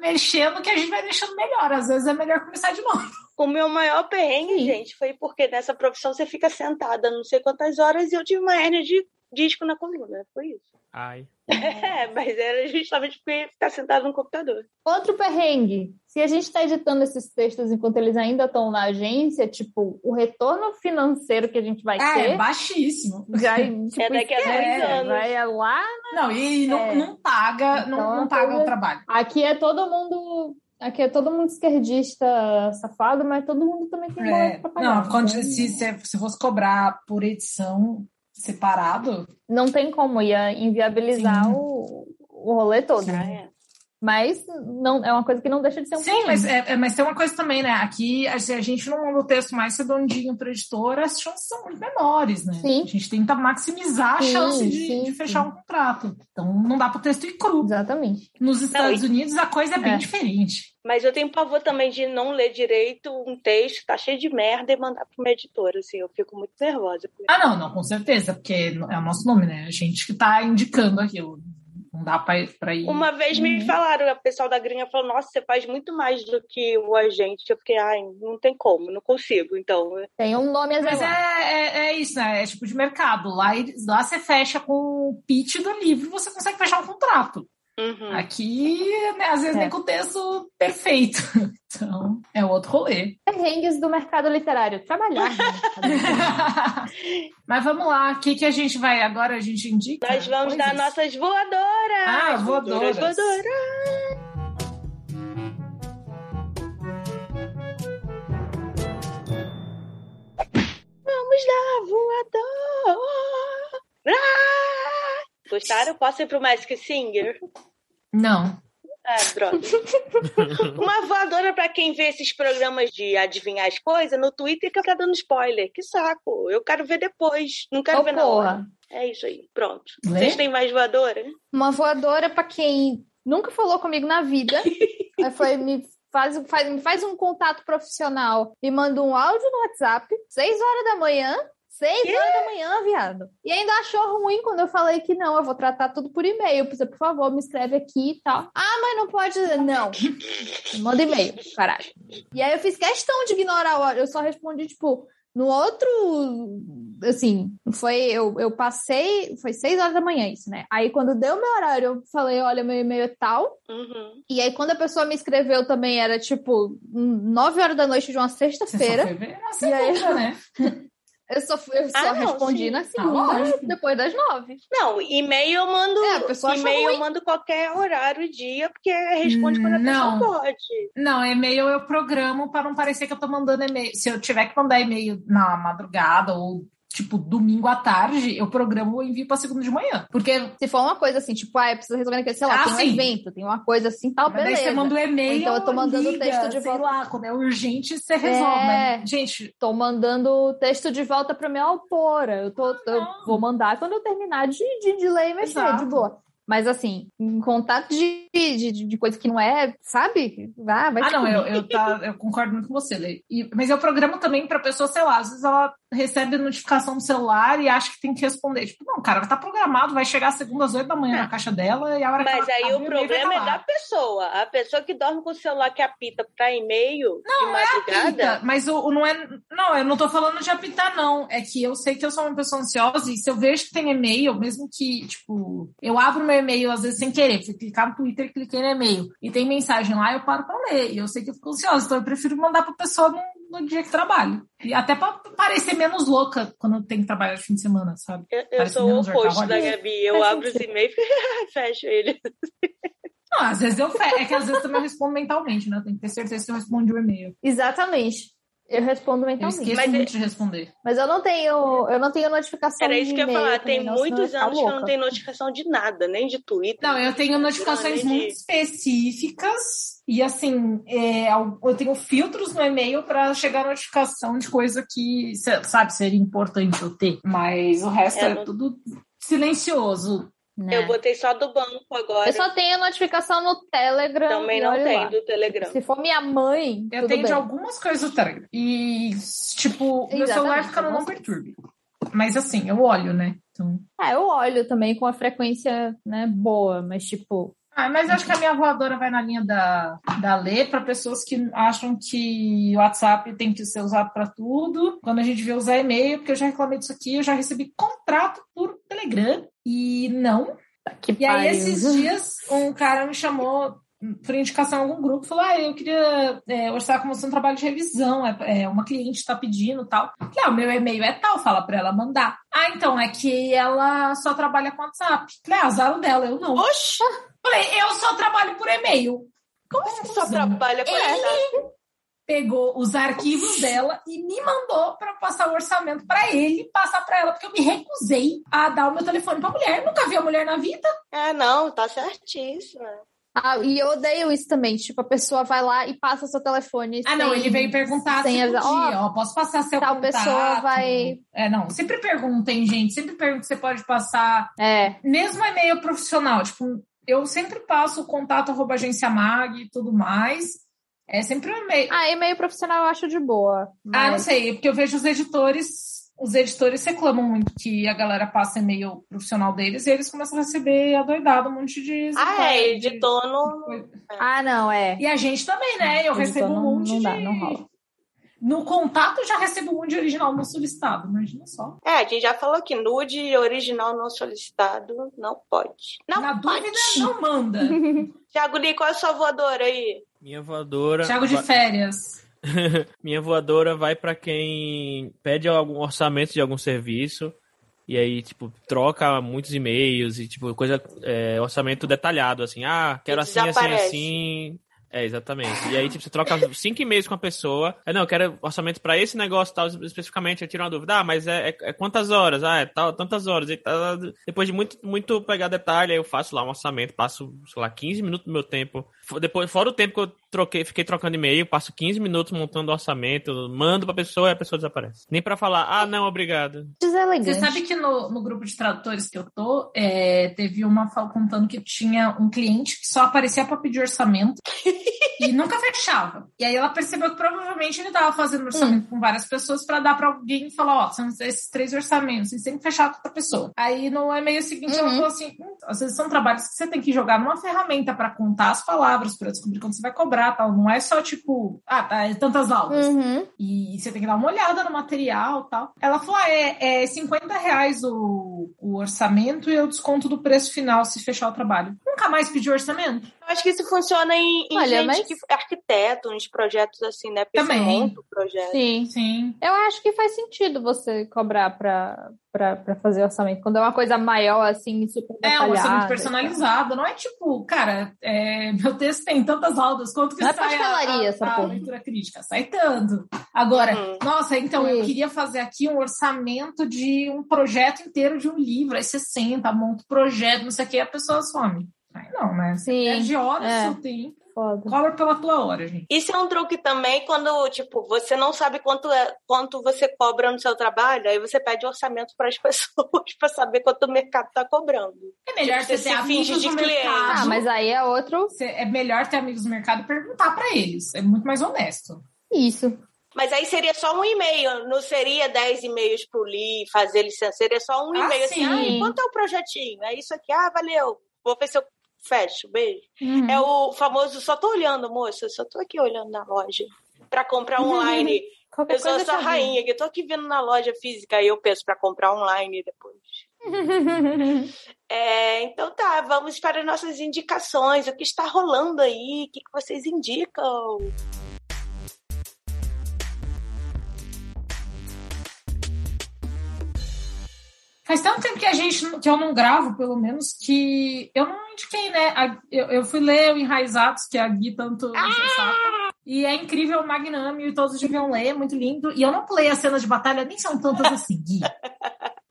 [SPEAKER 2] Mexendo que a gente vai deixando melhor. Às vezes é melhor começar de novo.
[SPEAKER 1] O meu maior perrengue,
[SPEAKER 4] Sim.
[SPEAKER 1] gente, foi porque nessa profissão você fica sentada não sei quantas horas e eu tive uma hérnia de disco na coluna. Foi isso.
[SPEAKER 3] Ai.
[SPEAKER 1] É, mas era justamente porque ficar sentado no computador.
[SPEAKER 4] Outro perrengue. Se a gente está editando esses textos enquanto eles ainda estão na agência, tipo, o retorno financeiro que a gente vai
[SPEAKER 2] Ah,
[SPEAKER 4] ter.
[SPEAKER 2] é baixíssimo.
[SPEAKER 4] já, tipo,
[SPEAKER 1] É daqui a dois
[SPEAKER 4] esquece,
[SPEAKER 1] anos.
[SPEAKER 4] Vai é lá.
[SPEAKER 2] Não, e não,
[SPEAKER 4] É.
[SPEAKER 2] não paga, não,
[SPEAKER 4] Então,
[SPEAKER 2] não paga
[SPEAKER 4] coisa-
[SPEAKER 2] o trabalho.
[SPEAKER 4] Aqui é todo mundo. Aqui é todo mundo esquerdista safado, mas todo mundo também tem boleto
[SPEAKER 2] É,
[SPEAKER 4] pra pagar.
[SPEAKER 2] não, quando,
[SPEAKER 4] Então,
[SPEAKER 2] se, se, se fosse cobrar por edição separado,
[SPEAKER 4] não tem como, ia inviabilizar
[SPEAKER 2] Sim.
[SPEAKER 4] o, o rolê todo.
[SPEAKER 1] Ah, é.
[SPEAKER 4] Mas não, é uma coisa que não deixa de ser um
[SPEAKER 2] Sim,
[SPEAKER 4] perrengue.
[SPEAKER 2] mas, é, é- mas tem uma coisa também, né? Aqui a, se a gente não manda o texto mais um redondinho para editora, as chances são muito menores, né?
[SPEAKER 4] Sim.
[SPEAKER 2] A gente tenta maximizar a
[SPEAKER 4] Sim,
[SPEAKER 2] chance de,
[SPEAKER 4] sim,
[SPEAKER 2] de
[SPEAKER 4] sim.
[SPEAKER 2] fechar um contrato. Então não dá para o texto ir cru.
[SPEAKER 4] Exatamente.
[SPEAKER 2] Nos Estados Unidos a coisa é bem
[SPEAKER 4] É.
[SPEAKER 2] diferente.
[SPEAKER 1] Mas eu tenho pavor também de não ler direito um texto, tá cheio de merda, e mandar pro meu editor, assim, eu fico muito nervosa.
[SPEAKER 2] Ah, não, não, com certeza, porque é o nosso nome, né? A gente que tá indicando aquilo. Não dá para ir. pra ir-
[SPEAKER 1] Uma vez me
[SPEAKER 4] Uhum.
[SPEAKER 1] falaram, o pessoal da gringa falou, nossa, você faz muito mais do que o agente. Eu fiquei, ai, não tem como, não consigo. Então,
[SPEAKER 4] Tem um nome a
[SPEAKER 2] Mas é,
[SPEAKER 4] zelar.
[SPEAKER 2] é, é isso, né? É tipo de mercado. Lá, eles- lá você fecha com o pitch do livro, você consegue fechar um contrato.
[SPEAKER 1] uhum.
[SPEAKER 2] Aqui, né, às vezes,
[SPEAKER 4] É.
[SPEAKER 2] nem com o texto perfeito. Então, é outro rolê.
[SPEAKER 4] Perrengues do mercado literário. Trabalhar. né?
[SPEAKER 2] Mas vamos lá, o que, que a gente vai agora? A gente indica?
[SPEAKER 1] nós vamos dar
[SPEAKER 2] coisas?
[SPEAKER 1] nossas voadoras!
[SPEAKER 2] Tá, é. Ah, voadoras.
[SPEAKER 1] voadoras. Vamos lá, voadora! Ah! Gostaram? Posso ir pro Magic Singer?
[SPEAKER 2] Não.
[SPEAKER 1] Ah, droga. Uma voadora pra quem vê esses programas de adivinhar as coisas no Twitter que tá dando spoiler. Que saco. Eu quero ver depois. Não quero
[SPEAKER 4] Ô,
[SPEAKER 1] ver na hora.
[SPEAKER 4] porra.
[SPEAKER 1] É isso aí. Pronto.
[SPEAKER 2] Lê?
[SPEAKER 1] Vocês têm mais voadora?
[SPEAKER 4] Uma voadora pra quem nunca falou comigo na vida. Aí foi, me faz, faz, me faz um contato profissional. Me manda um áudio no WhatsApp. Seis horas da manhã. Seis horas da manhã, viado. E ainda achou ruim quando eu falei que não, eu vou tratar tudo por e-mail. Por, por favor, me escreve aqui e tal. Ah, mas não pode. Não. Me Manda e-mail, caralho. E aí eu fiz questão de ignorar o áudio. Eu só respondi, tipo, no outro, assim, foi, eu, eu passei, foi seis horas da manhã isso, né? Aí quando deu meu horário, eu falei, olha, meu e-mail é tal.
[SPEAKER 1] Uhum.
[SPEAKER 4] E aí quando a pessoa me escreveu também, era tipo nove horas da noite de uma
[SPEAKER 2] Você só
[SPEAKER 4] sexta-feira.
[SPEAKER 2] foi ver na
[SPEAKER 4] E aí-
[SPEAKER 2] é segunda, né?
[SPEAKER 4] Eu só, fui- eu só
[SPEAKER 1] Ah, não,
[SPEAKER 4] respondi
[SPEAKER 1] sim.
[SPEAKER 4] na
[SPEAKER 2] Ah,
[SPEAKER 4] segunda,
[SPEAKER 2] lógico.
[SPEAKER 4] depois das nove.
[SPEAKER 1] Não, e-mail eu mando.
[SPEAKER 4] É, a pessoa achou
[SPEAKER 1] e-mail eu mando qualquer horário e dia, porque responde quando a
[SPEAKER 2] Não.
[SPEAKER 1] pessoa pode.
[SPEAKER 2] Não, e-mail eu programo para não parecer que eu tô mandando e-mail. Se eu tiver que mandar e-mail na madrugada ou, tipo, domingo à tarde, eu programo e envio para segunda de manhã. Porque
[SPEAKER 4] Se for uma coisa assim, tipo, ah, eu preciso resolver aquele, sei lá,
[SPEAKER 2] Ah,
[SPEAKER 4] tem um
[SPEAKER 2] sim.
[SPEAKER 4] evento, tem uma coisa assim, tal,
[SPEAKER 2] Mas daí
[SPEAKER 4] beleza.
[SPEAKER 2] você manda o
[SPEAKER 4] Ou
[SPEAKER 2] e-mail.
[SPEAKER 4] então eu tô mandando o
[SPEAKER 2] liga,
[SPEAKER 4] texto de
[SPEAKER 2] sei
[SPEAKER 4] volta.
[SPEAKER 2] lá, quando é urgente, você resolve.
[SPEAKER 4] É.
[SPEAKER 2] Mas, gente,
[SPEAKER 4] Tô mandando o texto de volta pra minha autora. Eu,
[SPEAKER 1] Ah,
[SPEAKER 4] tô, eu
[SPEAKER 2] não.
[SPEAKER 4] vou mandar quando eu terminar de, de, de ler e mexer,
[SPEAKER 2] Exato.
[SPEAKER 4] de boa. Mas assim, em contato de, de, de- de coisa que não é, sabe? Vá, vai
[SPEAKER 2] ah,
[SPEAKER 4] te
[SPEAKER 2] não,
[SPEAKER 4] comer.
[SPEAKER 2] eu, eu, tá- eu concordo muito com você, Lê. E- mas eu programo também pra pessoa, sei lá, às vezes ela recebe notificação no celular e acha que tem que responder. Tipo, não, cara, tá programado, vai chegar às segundas, oito da manhã
[SPEAKER 4] É.
[SPEAKER 2] na caixa dela e a hora que
[SPEAKER 1] Mas
[SPEAKER 2] ela
[SPEAKER 1] aí
[SPEAKER 2] abrir,
[SPEAKER 1] o
[SPEAKER 2] e-mail vai
[SPEAKER 1] problema é
[SPEAKER 2] tá
[SPEAKER 1] da
[SPEAKER 2] lá.
[SPEAKER 1] pessoa. A pessoa que dorme com o celular que apita pra e-mail de madrugada.
[SPEAKER 2] Apita, mas o, o não é. Não, eu não tô falando de apitar, não. É que eu sei que eu sou uma pessoa ansiosa e se eu vejo que tem e-mail, mesmo que, tipo, eu abro meu e-mail às vezes sem querer, fui clicar no Twitter, cliquei no e-mail e tem mensagem lá, eu paro pra ler. E eu sei que eu fico ansiosa, então eu prefiro mandar pra pessoa no, no dia que trabalho. E até pra parecer menos louca quando eu tenho que trabalhar no fim de semana, sabe?
[SPEAKER 1] Eu, eu
[SPEAKER 2] Parece
[SPEAKER 1] sou o
[SPEAKER 2] menos
[SPEAKER 1] oposto da
[SPEAKER 2] workaholic.
[SPEAKER 1] Gabi. Eu
[SPEAKER 4] Faz
[SPEAKER 1] abro os
[SPEAKER 4] sentido.
[SPEAKER 1] e-mails e fecho ele.
[SPEAKER 2] Não, às vezes eu. fe- É que às vezes também eu respondo mentalmente, né? Eu tenho que ter certeza se eu respondi o e-mail.
[SPEAKER 4] Exatamente. Eu respondo
[SPEAKER 2] Eu
[SPEAKER 4] mentalmente.
[SPEAKER 2] esqueço
[SPEAKER 1] Mas
[SPEAKER 2] muito
[SPEAKER 1] é-
[SPEAKER 2] de responder.
[SPEAKER 4] Mas eu não tenho, eu não tenho notificação
[SPEAKER 1] Era
[SPEAKER 4] de
[SPEAKER 1] isso que eu ia
[SPEAKER 4] e-mail
[SPEAKER 1] falar.
[SPEAKER 4] também,
[SPEAKER 1] Tem
[SPEAKER 4] não, senão eu
[SPEAKER 1] muitos
[SPEAKER 4] ia ficar
[SPEAKER 1] anos que eu não
[SPEAKER 4] louca.
[SPEAKER 1] tenho notificação de nada, nem de Twitter.
[SPEAKER 2] Não, eu tenho notificações
[SPEAKER 1] Não, nem
[SPEAKER 2] muito
[SPEAKER 1] de-
[SPEAKER 2] específicas e assim, é, al- eu tenho filtros no e-mail para chegar notificação de coisa que, cê- sabe, seria importante eu ter. Mas o resto
[SPEAKER 1] É,
[SPEAKER 2] é,
[SPEAKER 1] não-
[SPEAKER 2] tudo silencioso.
[SPEAKER 4] é.
[SPEAKER 1] Né? Eu botei só do banco agora.
[SPEAKER 4] Eu só tenho notificação no Telegram.
[SPEAKER 1] Também não tem do Telegram.
[SPEAKER 4] Se for minha mãe.
[SPEAKER 2] Eu tenho de algumas coisas do Telegram. E, tipo, Exatamente, meu celular fica no não perturbe. Mas assim, eu olho, né? Então...
[SPEAKER 4] É, eu olho também com a frequência né, boa, mas tipo,
[SPEAKER 2] ah, mas acho que a minha voadora vai na linha da, da Lê para pessoas que acham que o WhatsApp tem que ser usado para tudo. Quando a gente vê usar e-mail, porque eu já reclamei disso aqui, eu já recebi contrato por Telegram e não.
[SPEAKER 4] Que
[SPEAKER 2] e
[SPEAKER 4] pariu.
[SPEAKER 2] aí, esses dias, um cara me chamou por indicação algum grupo, falou: Ah, eu queria é, orçar com você um trabalho de revisão, é, é uma cliente está pedindo tal. Falei, ah, o meu e-mail é tal, fala para ela mandar. Ah, então, é que ela só trabalha com WhatsApp. Falei, ah, azar o dela, eu não.
[SPEAKER 1] Oxa!
[SPEAKER 2] Falei, eu só trabalho por e-mail.
[SPEAKER 1] Como você só trabalha por
[SPEAKER 2] e-mail? Pegou os arquivos dela e me mandou para passar o orçamento para ele, passar para ela, porque eu me recusei a dar o meu telefone para mulher. Nunca vi a mulher na vida.
[SPEAKER 1] É, não, tá certíssima.
[SPEAKER 4] Ah, e eu odeio isso também. Tipo, a pessoa vai lá e passa seu telefone.
[SPEAKER 2] Ah, sem, não, ele veio perguntar sem se podia, ó, oh, posso passar seu
[SPEAKER 4] tal
[SPEAKER 2] contato?
[SPEAKER 4] pessoa vai...
[SPEAKER 2] É, não, sempre perguntem, gente, sempre pergunta se pode passar.
[SPEAKER 4] É.
[SPEAKER 2] Mesmo e-mail profissional, tipo, eu sempre passo o contato arroba agência mag e tudo mais. É sempre um e-mail.
[SPEAKER 4] Ah, e-mail profissional eu acho de boa.
[SPEAKER 2] Mas... Ah, não sei, porque eu vejo os editores os editores reclamam muito que a galera passa e-mail profissional deles e eles começam a receber adoidado um monte de.
[SPEAKER 1] Ah, é, editor não.
[SPEAKER 4] Ah, não, é.
[SPEAKER 2] E a gente também, né? Eu editor recebo um monte
[SPEAKER 4] não, não dá,
[SPEAKER 2] de.
[SPEAKER 4] Não rola.
[SPEAKER 2] No contato já recebo um de original não solicitado, imagina só.
[SPEAKER 1] É, a gente já falou que nude original não solicitado não pode. Não
[SPEAKER 2] Na
[SPEAKER 1] pode.
[SPEAKER 2] dúvida, não manda.
[SPEAKER 1] Tiago Lee, qual é a sua voadora aí?
[SPEAKER 3] Minha voadora.
[SPEAKER 2] Tiago de férias.
[SPEAKER 3] minha voadora vai para quem pede algum orçamento de algum serviço e aí, tipo, troca muitos e-mails e, tipo, coisa, é, orçamento detalhado, assim, ah, quero assim, assim, assim. É, exatamente. E aí, tipo, você troca cinco e-mails com a pessoa. É, não, eu quero orçamento para esse negócio tal, especificamente. Eu tiro uma dúvida. Ah, mas é, é, é quantas horas? Ah, é tal, tantas horas. E, tal, depois de muito, muito pegar detalhe, aí eu faço lá um orçamento, passo, sei lá, 15 minutos do meu tempo. Depois, fora o tempo que eu troquei, fiquei trocando e-mail, passo 15 minutos montando orçamento, mando pra pessoa e a pessoa desaparece. Nem para falar, ah, não, obrigado.
[SPEAKER 4] Deselegante.
[SPEAKER 2] Você sabe que no, no grupo de tradutores que eu tô, é, teve uma contando que tinha um cliente que só aparecia para pedir orçamento e nunca fechava. E aí ela percebeu que provavelmente ele tava fazendo orçamento com várias pessoas para dar para alguém e falar, ó, são esses três orçamentos, e sempre fechar com outra pessoa. Aí no e-mail seguinte ela
[SPEAKER 4] Uhum.
[SPEAKER 2] falou assim, "Hum, às vezes são trabalhos que você tem que jogar numa ferramenta para contar as palavras, para descobrir quando você vai cobrar, tal. Não é só tipo, ah, tá, é tantas aulas.
[SPEAKER 4] Uhum.
[SPEAKER 2] E você tem que dar uma olhada no material tal. Ela falou: ah, é, é 50 reais o, o orçamento e eu desconto do preço final se fechar o trabalho. Nunca mais pediu orçamento?
[SPEAKER 1] Eu acho que isso funciona em, em
[SPEAKER 4] Olha,
[SPEAKER 1] gente
[SPEAKER 4] mas-
[SPEAKER 1] que é arquiteto, uns projetos assim, né? Porque
[SPEAKER 2] Também.
[SPEAKER 1] você monta o projeto.
[SPEAKER 4] Sim.
[SPEAKER 2] Sim.
[SPEAKER 4] Eu acho que faz sentido você cobrar pra, pra, pra fazer orçamento. Quando é uma coisa maior, assim, super
[SPEAKER 2] É um
[SPEAKER 4] detalhada.
[SPEAKER 2] orçamento personalizado, não é tipo, cara, é, meu texto tem tantas aulas, quanto que
[SPEAKER 4] Não é
[SPEAKER 2] sai a-
[SPEAKER 4] pastelaria,
[SPEAKER 2] a,
[SPEAKER 4] essa
[SPEAKER 2] a,
[SPEAKER 4] porra.
[SPEAKER 2] leitura crítica? Sai tanto. Agora,
[SPEAKER 1] Uhum.
[SPEAKER 2] nossa, então eu
[SPEAKER 4] Sim.
[SPEAKER 2] queria fazer aqui um orçamento de um projeto inteiro de um livro, aí você senta, monta o projeto, não sei o que, e a pessoa some. Aí não, né? Você
[SPEAKER 4] Sim,
[SPEAKER 2] perde horas,
[SPEAKER 4] é.
[SPEAKER 2] seu tempo.
[SPEAKER 4] Foda.
[SPEAKER 2] Cobra pela tua hora, gente.
[SPEAKER 1] Isso é um truque também quando, tipo, você não sabe quanto, é, quanto você cobra no seu trabalho, aí você pede orçamento para as pessoas para saber quanto o mercado está cobrando.
[SPEAKER 2] É melhor
[SPEAKER 1] Tipo,
[SPEAKER 2] você
[SPEAKER 1] você
[SPEAKER 2] ter
[SPEAKER 1] se finge
[SPEAKER 2] amigos
[SPEAKER 1] de
[SPEAKER 2] no
[SPEAKER 1] cliente.
[SPEAKER 2] mercado.
[SPEAKER 4] Ah, mas aí é outro.
[SPEAKER 2] Você- É melhor ter amigos no mercado e perguntar pra eles. É muito mais honesto.
[SPEAKER 4] Isso.
[SPEAKER 1] Mas aí seria só um e-mail, não seria 10 e-mails pro Lee fazer licença, seria só um
[SPEAKER 2] Ah,
[SPEAKER 1] e-mail assim,
[SPEAKER 2] sim.
[SPEAKER 1] ah, e quanto é o projetinho? É isso aqui, ah, valeu, vou ver se eu fecho, beijo.
[SPEAKER 4] Uhum.
[SPEAKER 1] É o famoso, só tô olhando, moça, só tô aqui olhando na loja para comprar online.
[SPEAKER 4] Qualquer
[SPEAKER 1] Eu sou
[SPEAKER 4] coisa
[SPEAKER 1] essa
[SPEAKER 4] te
[SPEAKER 1] rainha que eu tô aqui vendo na loja física e eu penso para comprar online depois.
[SPEAKER 4] ajuda.
[SPEAKER 1] É, então tá, vamos para nossas indicações. O que está rolando aí? O que, que vocês indicam?
[SPEAKER 2] Faz tanto tempo que a gente que eu não gravo, pelo menos, que eu não indiquei, né? A- eu, eu fui ler o Enraizados, que a Gui tanto enche o saco. E é incrível o Magnânimo e todos deviam ler, é muito lindo. E eu não pulei as cenas de batalha, nem são tantas assim, Gui.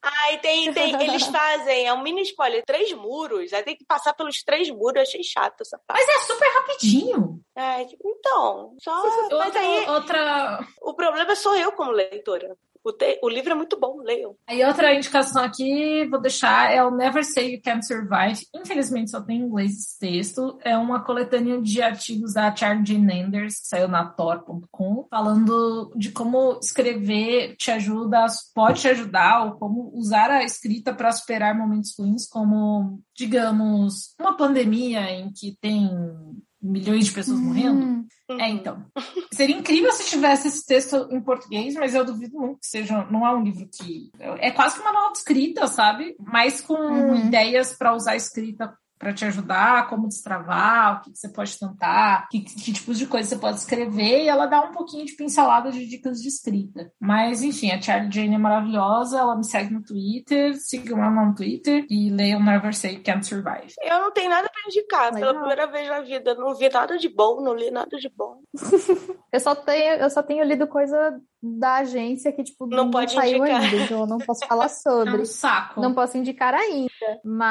[SPEAKER 1] Ah, e tem, tem- eles fazem, é um mini spoiler, três muros. Aí tem que passar pelos três muros, eu achei chato essa parte.
[SPEAKER 2] Mas é super rapidinho.
[SPEAKER 1] Ai, tipo, então, só. Mas
[SPEAKER 2] outra,
[SPEAKER 1] aí
[SPEAKER 2] outra
[SPEAKER 1] o problema sou eu como leitora. O, te... o livro é muito bom, leiam.
[SPEAKER 2] Aí outra indicação aqui, vou deixar, é o Never Say You Can Survive. Infelizmente só tem em inglês esse texto. É uma coletânea de artigos da Charlie Jane Anders, que saiu na tor.com, falando de como escrever te ajuda, pode te ajudar, ou como usar a escrita para superar momentos ruins, como, digamos, uma pandemia em que tem milhões de pessoas morrendo. Uhum. É, então. Seria incrível se tivesse esse texto em português, mas eu duvido muito que seja. Não é um livro que. É quase que uma nova escrita, sabe? Mas com uhum. ideias para usar a escrita para te ajudar, como destravar, o que, que você pode tentar, que, que, tipos de coisas você pode escrever, e ela dá um pouquinho de pincelada de dicas de escrita. Mas, enfim, a Charlie Jane é maravilhosa, ela me segue no Twitter, sigam ela no Twitter e leiam Never Say Can't Survive.
[SPEAKER 1] Eu não tenho nada para indicar, Legal. pela primeira vez na vida, não vi nada de bom, não li nada de bom.
[SPEAKER 4] eu, só tenho, eu só tenho lido coisa da agência que, tipo,
[SPEAKER 1] não, não pode
[SPEAKER 4] saiu
[SPEAKER 1] indicar.
[SPEAKER 4] ainda, então eu não posso falar sobre.
[SPEAKER 2] tá
[SPEAKER 4] É um
[SPEAKER 2] saco.
[SPEAKER 4] Não posso indicar ainda.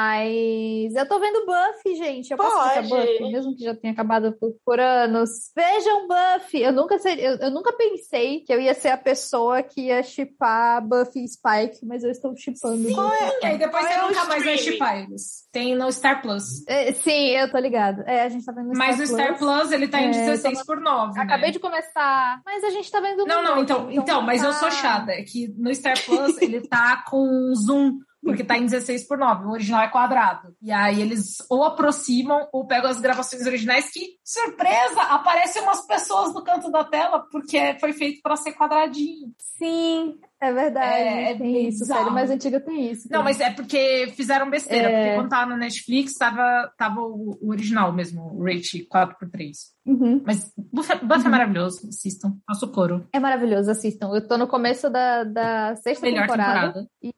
[SPEAKER 4] Mas eu tô vendo Buff, gente. Eu pode. posso indicar Buff, mesmo que já tenha acabado por, por anos. Vejam Buff! Eu nunca, ser, eu, eu, nunca pensei que eu ia ser a pessoa que ia chipar Buff e Spike, mas eu estou chipando.
[SPEAKER 2] Sim, é? aí depois você é nunca mais vai chipar eles. Tem no Star Plus.
[SPEAKER 4] É, sim, eu tô ligado. É, a gente tá vendo no
[SPEAKER 2] mas Star Plus. Mas o Star Plus, ele tá em 16 por 9.
[SPEAKER 4] Acabei né? de começar. Mas a gente tá vendo.
[SPEAKER 2] Não, não, então então, então, mas eu
[SPEAKER 4] tá.
[SPEAKER 2] sou chata. É que no Star Plus ele tá com zoom, porque tá em 16 por 9. O original é quadrado. E aí eles ou aproximam ou pegam as gravações originais que, surpresa, aparecem umas pessoas no canto da tela, porque foi feito para ser quadradinho.
[SPEAKER 4] Sim, é verdade. É, tem é isso, sério, mais antiga tem isso.
[SPEAKER 2] Não, mas é porque fizeram besteira, é... porque quando tava na Netflix, tava, tava o, o original mesmo, o Rate 4x3.
[SPEAKER 4] Uhum.
[SPEAKER 2] Mas Buff, Buff uhum. é maravilhoso, assistam, faço coro.
[SPEAKER 4] É maravilhoso, assistam. Eu tô no começo da, da sexta
[SPEAKER 2] Melhor
[SPEAKER 4] temporada. temporada. E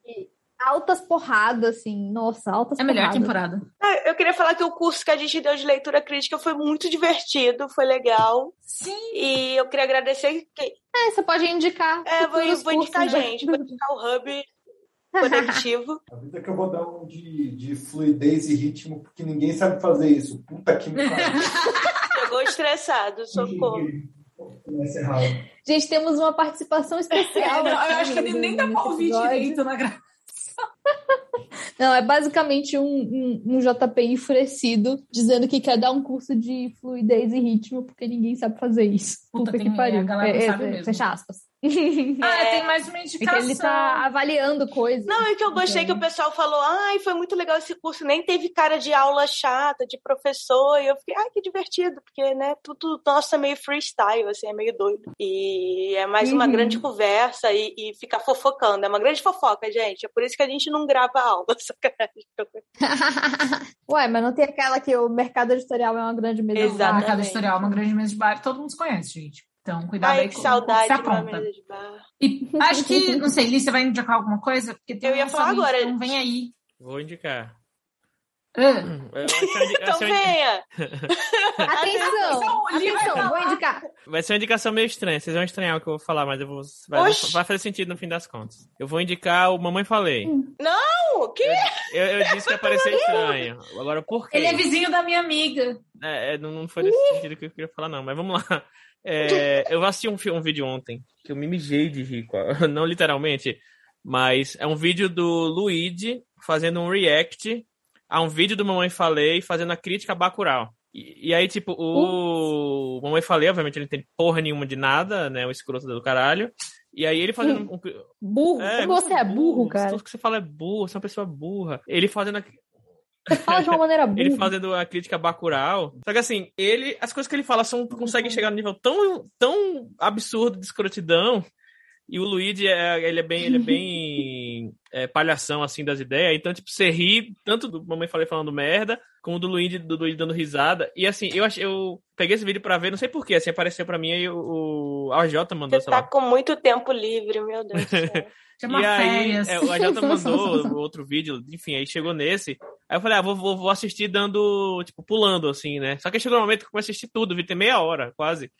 [SPEAKER 4] altas porradas, assim. Nossa, altas
[SPEAKER 2] É a melhor temporada.
[SPEAKER 1] Ah, eu queria falar que o curso que a gente deu de leitura crítica foi muito divertido, foi legal.
[SPEAKER 2] Sim.
[SPEAKER 1] E eu queria agradecer. Que...
[SPEAKER 4] É, você pode indicar.
[SPEAKER 1] É, vou, vou indicar a né? gente, vou indicar o Hub conectivo.
[SPEAKER 6] A vida que eu vou dar um de, de fluidez e ritmo, porque ninguém sabe fazer isso. Puta que me pariu.
[SPEAKER 1] Chegou estressado, socorro.
[SPEAKER 4] Gente, temos uma participação especial.
[SPEAKER 2] É, eu acho que ele nem dá pra ouvir direito na gravação.
[SPEAKER 4] Não, é basicamente um, um, um, JP enfurecido dizendo que quer dar um curso de fluidez e ritmo porque ninguém sabe fazer isso.
[SPEAKER 2] Puta, Puta que pariu.
[SPEAKER 4] É, é, fecha aspas.
[SPEAKER 2] Ah, é. tem mais uma indicação.
[SPEAKER 4] É ele tá avaliando coisas.
[SPEAKER 1] Não, e que eu gostei então. que o pessoal falou: ai, foi muito legal esse curso, nem teve cara de aula chata, de professor. E eu fiquei, ai, que divertido, porque, né, tudo nossa é meio freestyle, assim, é meio doido. E é mais uhum. uma grande conversa e, e ficar fofocando. É uma grande fofoca, gente. É por isso que a gente não grava aula, sacanagem.
[SPEAKER 4] Ué, mas não tem aquela que o mercado editorial é uma grande mesa
[SPEAKER 2] Exatamente. de bar. O mercado editorial é uma grande mesa de bar, todo mundo se conhece, gente. Então, cuidado
[SPEAKER 1] Ai,
[SPEAKER 2] aí
[SPEAKER 1] que
[SPEAKER 2] com
[SPEAKER 1] saudade
[SPEAKER 2] se apronta.
[SPEAKER 1] De bar.
[SPEAKER 2] E acho que, não sei, Li, você vai indicar alguma coisa? Porque tem
[SPEAKER 1] eu ia falar
[SPEAKER 2] lista,
[SPEAKER 1] agora.
[SPEAKER 2] Então vem aí.
[SPEAKER 3] Vou indicar.
[SPEAKER 2] Ah.
[SPEAKER 3] Eu acho que eu indi-
[SPEAKER 1] Então
[SPEAKER 3] acho que É, eu indi-
[SPEAKER 1] venha!
[SPEAKER 4] Atenção!
[SPEAKER 1] é
[SPEAKER 4] Atenção, vou indicar.
[SPEAKER 3] Vai ser uma indicação meio estranha. Vocês vão estranhar o que eu vou falar, mas eu vou, vai,
[SPEAKER 1] Oxi.
[SPEAKER 3] vai fazer sentido no fim das contas. Eu vou indicar o Mamãe Falei.
[SPEAKER 1] Não! Que?
[SPEAKER 3] Eu, eu disse que ia parecer estranho. Agora, por quê?
[SPEAKER 2] Ele é vizinho da minha amiga.
[SPEAKER 3] É, é, não, não foi nesse sentido que eu queria falar, não. Mas vamos lá. É, eu assisti um, um vídeo ontem que eu me mijei de rico. Não literalmente, mas é um vídeo do Luigi fazendo um react a um vídeo do Mamãe Falei fazendo a crítica a Bacurau. E, e aí, tipo, o... o Mamãe Falei, obviamente, ele não tem porra nenhuma de nada, né? O escroto do caralho. E aí ele fazendo... Um...
[SPEAKER 4] Burro?
[SPEAKER 3] É,
[SPEAKER 4] Como Hum. você é burro,
[SPEAKER 3] burro
[SPEAKER 4] cara?
[SPEAKER 3] Tudo que você fala é burro, você é uma pessoa burra. Ele fazendo a...
[SPEAKER 4] Você fala de uma maneira burra.
[SPEAKER 3] ele fazendo a crítica Bacurau. Só que assim, ele, as coisas que ele fala são, conseguem chegar num nível tão, tão absurdo de escrotidão. E o Luigi, é, ele é bem, ele é bem é, palhação, assim, das ideias. Então, tipo, você ri tanto do Mamãe Falei falando merda, como do Luigi, do Luigi dando risada. E assim, eu, achei, eu peguei esse vídeo pra ver, não sei porquê, assim, apareceu pra mim e o, o AJ mandou,
[SPEAKER 1] Você
[SPEAKER 3] sei
[SPEAKER 1] tá
[SPEAKER 3] lá.
[SPEAKER 1] com muito tempo livre, meu Deus do céu.
[SPEAKER 2] Chama
[SPEAKER 3] e aí,
[SPEAKER 2] férias.
[SPEAKER 3] é, o AJ mandou outro vídeo, enfim, aí chegou nesse. Aí eu falei, ah, vou, vou, vou assistir dando, tipo, pulando, assim, né? Só que chegou um momento que eu comecei a assistir tudo, vi tem meia hora, quase.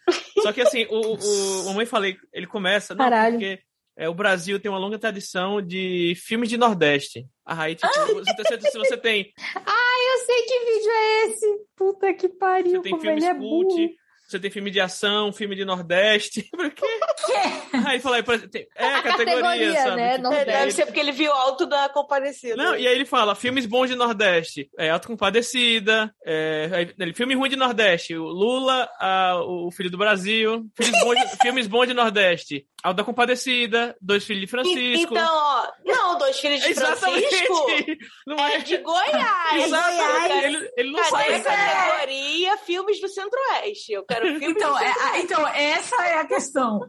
[SPEAKER 3] Só que assim, o, o, o Mamãe Falei, ele começa, não,
[SPEAKER 4] Caralho.
[SPEAKER 3] porque é, o Brasil tem uma longa tradição de filmes de Nordeste. Ah, aí, tipo, se, se você tem,
[SPEAKER 4] Ai, eu sei que vídeo é esse. Puta que pariu,
[SPEAKER 3] você tem
[SPEAKER 4] como ele
[SPEAKER 3] filmes
[SPEAKER 4] é burro.
[SPEAKER 3] cult, você tem filme de ação, filme de Nordeste. Por quê?
[SPEAKER 2] quê?
[SPEAKER 3] Aí falou, aí, por exemplo, tem- é a categoria,
[SPEAKER 4] categoria,
[SPEAKER 3] sabe?
[SPEAKER 4] né?
[SPEAKER 3] Tipo,
[SPEAKER 4] Não
[SPEAKER 3] e aí
[SPEAKER 4] deve
[SPEAKER 3] ele-
[SPEAKER 1] É, Deve ser porque ele viu alto da né? comparecida.
[SPEAKER 3] Não, e aí ele fala, filmes bons de Nordeste, é Autocompadecida, é, aí ele- filme ruim de Nordeste, o Lula, a- o Filho do Brasil, filmes bons de, filmes bons de Nordeste, Alta Compadecida, Dois Filhos de
[SPEAKER 1] E-
[SPEAKER 3] Francisco.
[SPEAKER 1] Então, ó, não, dois filhos de Francisco
[SPEAKER 3] Exatamente! Não
[SPEAKER 1] é de Goiás. é
[SPEAKER 3] Exatamente! Ele, ele não
[SPEAKER 1] Cadê
[SPEAKER 3] sabe.
[SPEAKER 1] a categoria filmes do Centro-Oeste? Eu quero filmes
[SPEAKER 2] Então,
[SPEAKER 1] do
[SPEAKER 2] é- a- então, essa é a questão.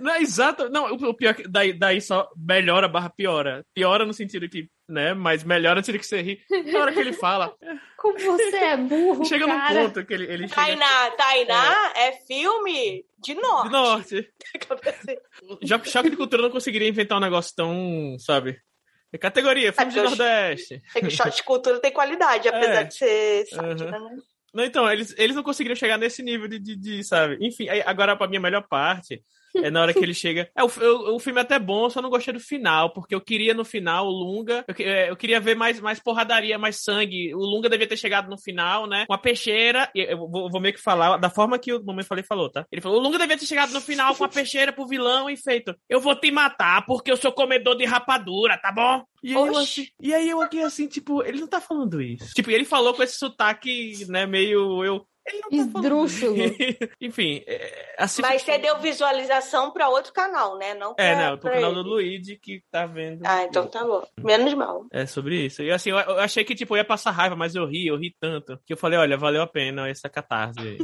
[SPEAKER 3] Não, é exato. Não, o o pior é que daí, daí só melhora barra piora. Piora no sentido que, né? Mas melhora no sentido que você ri. Na hora que ele fala,
[SPEAKER 4] Como você é burro,
[SPEAKER 3] chega num
[SPEAKER 4] cara.
[SPEAKER 3] ponto que ele, ele chega
[SPEAKER 1] Tainá, Tainá é, filme de norte.
[SPEAKER 3] de norte. Já choque de cultura não conseguiria inventar um negócio tão, sabe? É Categoria, filme de
[SPEAKER 1] eu-
[SPEAKER 3] Nordeste.
[SPEAKER 1] Tem é que shot de cultura tem qualidade, apesar
[SPEAKER 3] É.
[SPEAKER 1] de ser sátira, né?
[SPEAKER 3] Não, então, eles, eles não conseguiriam chegar nesse nível de, de, de, sabe? Enfim, aí, agora pra minha melhor parte é na hora que ele chega. É, o, fi- o, o filme é até bom, só não gostei do final, porque eu queria no final o Lunga. Eu, que- é, eu queria ver mais, mais porradaria, mais sangue. O Lunga devia ter chegado no final, né? Com a peixeira. E eu vou, vou meio que falar da forma que o Momento Falei falou, tá? Ele falou: o Lunga devia ter chegado no final com a peixeira pro vilão e feito. Eu vou te matar porque eu sou comedor de rapadura, tá bom? E aí, eu,
[SPEAKER 1] Oxi.
[SPEAKER 3] assim- e aí eu aqui assim, tipo, ele não tá falando isso. Tipo, e ele falou com esse sotaque, né, meio eu. Ele não tá falando
[SPEAKER 4] Esdrúxulo.
[SPEAKER 3] Enfim, é, assim.
[SPEAKER 1] Mas você deu visualização pra outro canal, né? Não pra,
[SPEAKER 3] É, não, pro
[SPEAKER 1] pra
[SPEAKER 3] canal
[SPEAKER 1] ele.
[SPEAKER 3] do Luigi que tá vendo.
[SPEAKER 1] Ah, então tá bom. Menos mal.
[SPEAKER 3] É sobre isso. E assim, eu, eu achei que tipo, eu ia passar raiva, mas eu ri, eu ri tanto. Que eu falei, olha, valeu a pena essa catarse aí.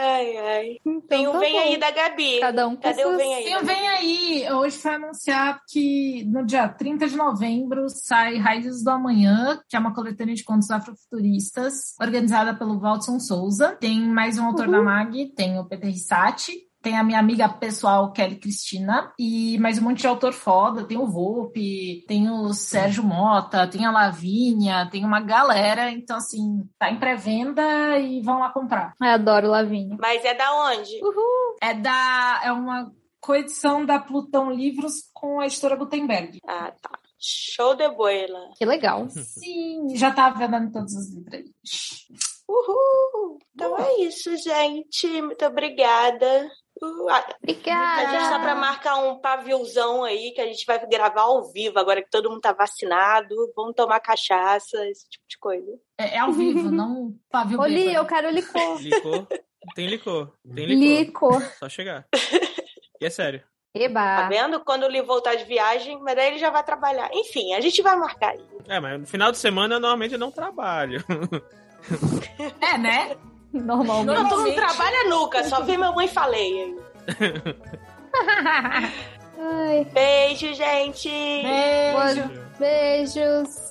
[SPEAKER 1] Ai, ai. Tem
[SPEAKER 4] Então
[SPEAKER 1] o
[SPEAKER 4] tá
[SPEAKER 1] Vem
[SPEAKER 4] bom.
[SPEAKER 1] aí da Gabi.
[SPEAKER 4] Cada um com
[SPEAKER 1] Cadê o
[SPEAKER 4] suas-
[SPEAKER 1] Vem aí?
[SPEAKER 2] Eu venho aí, hoje foi anunciar que no dia 30 de novembro sai Raízes do Amanhã, que é uma coletânea de contos afrofuturistas, organizada pelo Valson Souza. Tem mais um autor da MAG, tem o Peter Rissati. Tem a minha amiga pessoal, Kelly Cristina, e mais um monte de autor foda. Tem o Volpe, tem o Sérgio Mota, tem a Lavínia, tem uma galera. Então, assim, tá em pré-venda e vão lá comprar.
[SPEAKER 4] Ai, adoro Lavinha.
[SPEAKER 1] Mas é da onde?
[SPEAKER 2] É da. É uma coedição da Plutão Livros com a editora Gutenberg.
[SPEAKER 1] Ah, tá. Show de boela.
[SPEAKER 4] Que legal.
[SPEAKER 2] Sim, já tá vendo em todas as livrarias.
[SPEAKER 1] Uhul! Então é isso, gente. Muito obrigada. Uh, a- a
[SPEAKER 4] Obrigada.
[SPEAKER 1] gente tá pra marcar um paviozão aí que a gente vai gravar ao vivo, agora que todo mundo tá vacinado. Vamos tomar cachaça, esse tipo de coisa.
[SPEAKER 2] É, é ao vivo, não pavio.
[SPEAKER 4] Oli, eu
[SPEAKER 2] bêbado.
[SPEAKER 4] quero licor.
[SPEAKER 3] Licor? Tem licor. Tem licor.
[SPEAKER 4] Licor.
[SPEAKER 3] Só chegar. E é sério.
[SPEAKER 1] Tá
[SPEAKER 4] Eba.
[SPEAKER 1] vendo? Quando ele voltar de viagem, mas aí ele já vai trabalhar. Enfim, a gente vai marcar aí.
[SPEAKER 3] É, mas no final de semana eu normalmente não trabalho.
[SPEAKER 2] É, né?
[SPEAKER 4] Normalmente.
[SPEAKER 1] Não, tu não
[SPEAKER 2] Normalmente-
[SPEAKER 1] trabalha nunca, só vi minha mãe e falei. aí.
[SPEAKER 4] Ai,
[SPEAKER 2] né?
[SPEAKER 1] Beijo, gente!
[SPEAKER 2] Beijo.
[SPEAKER 4] Boa- beijos.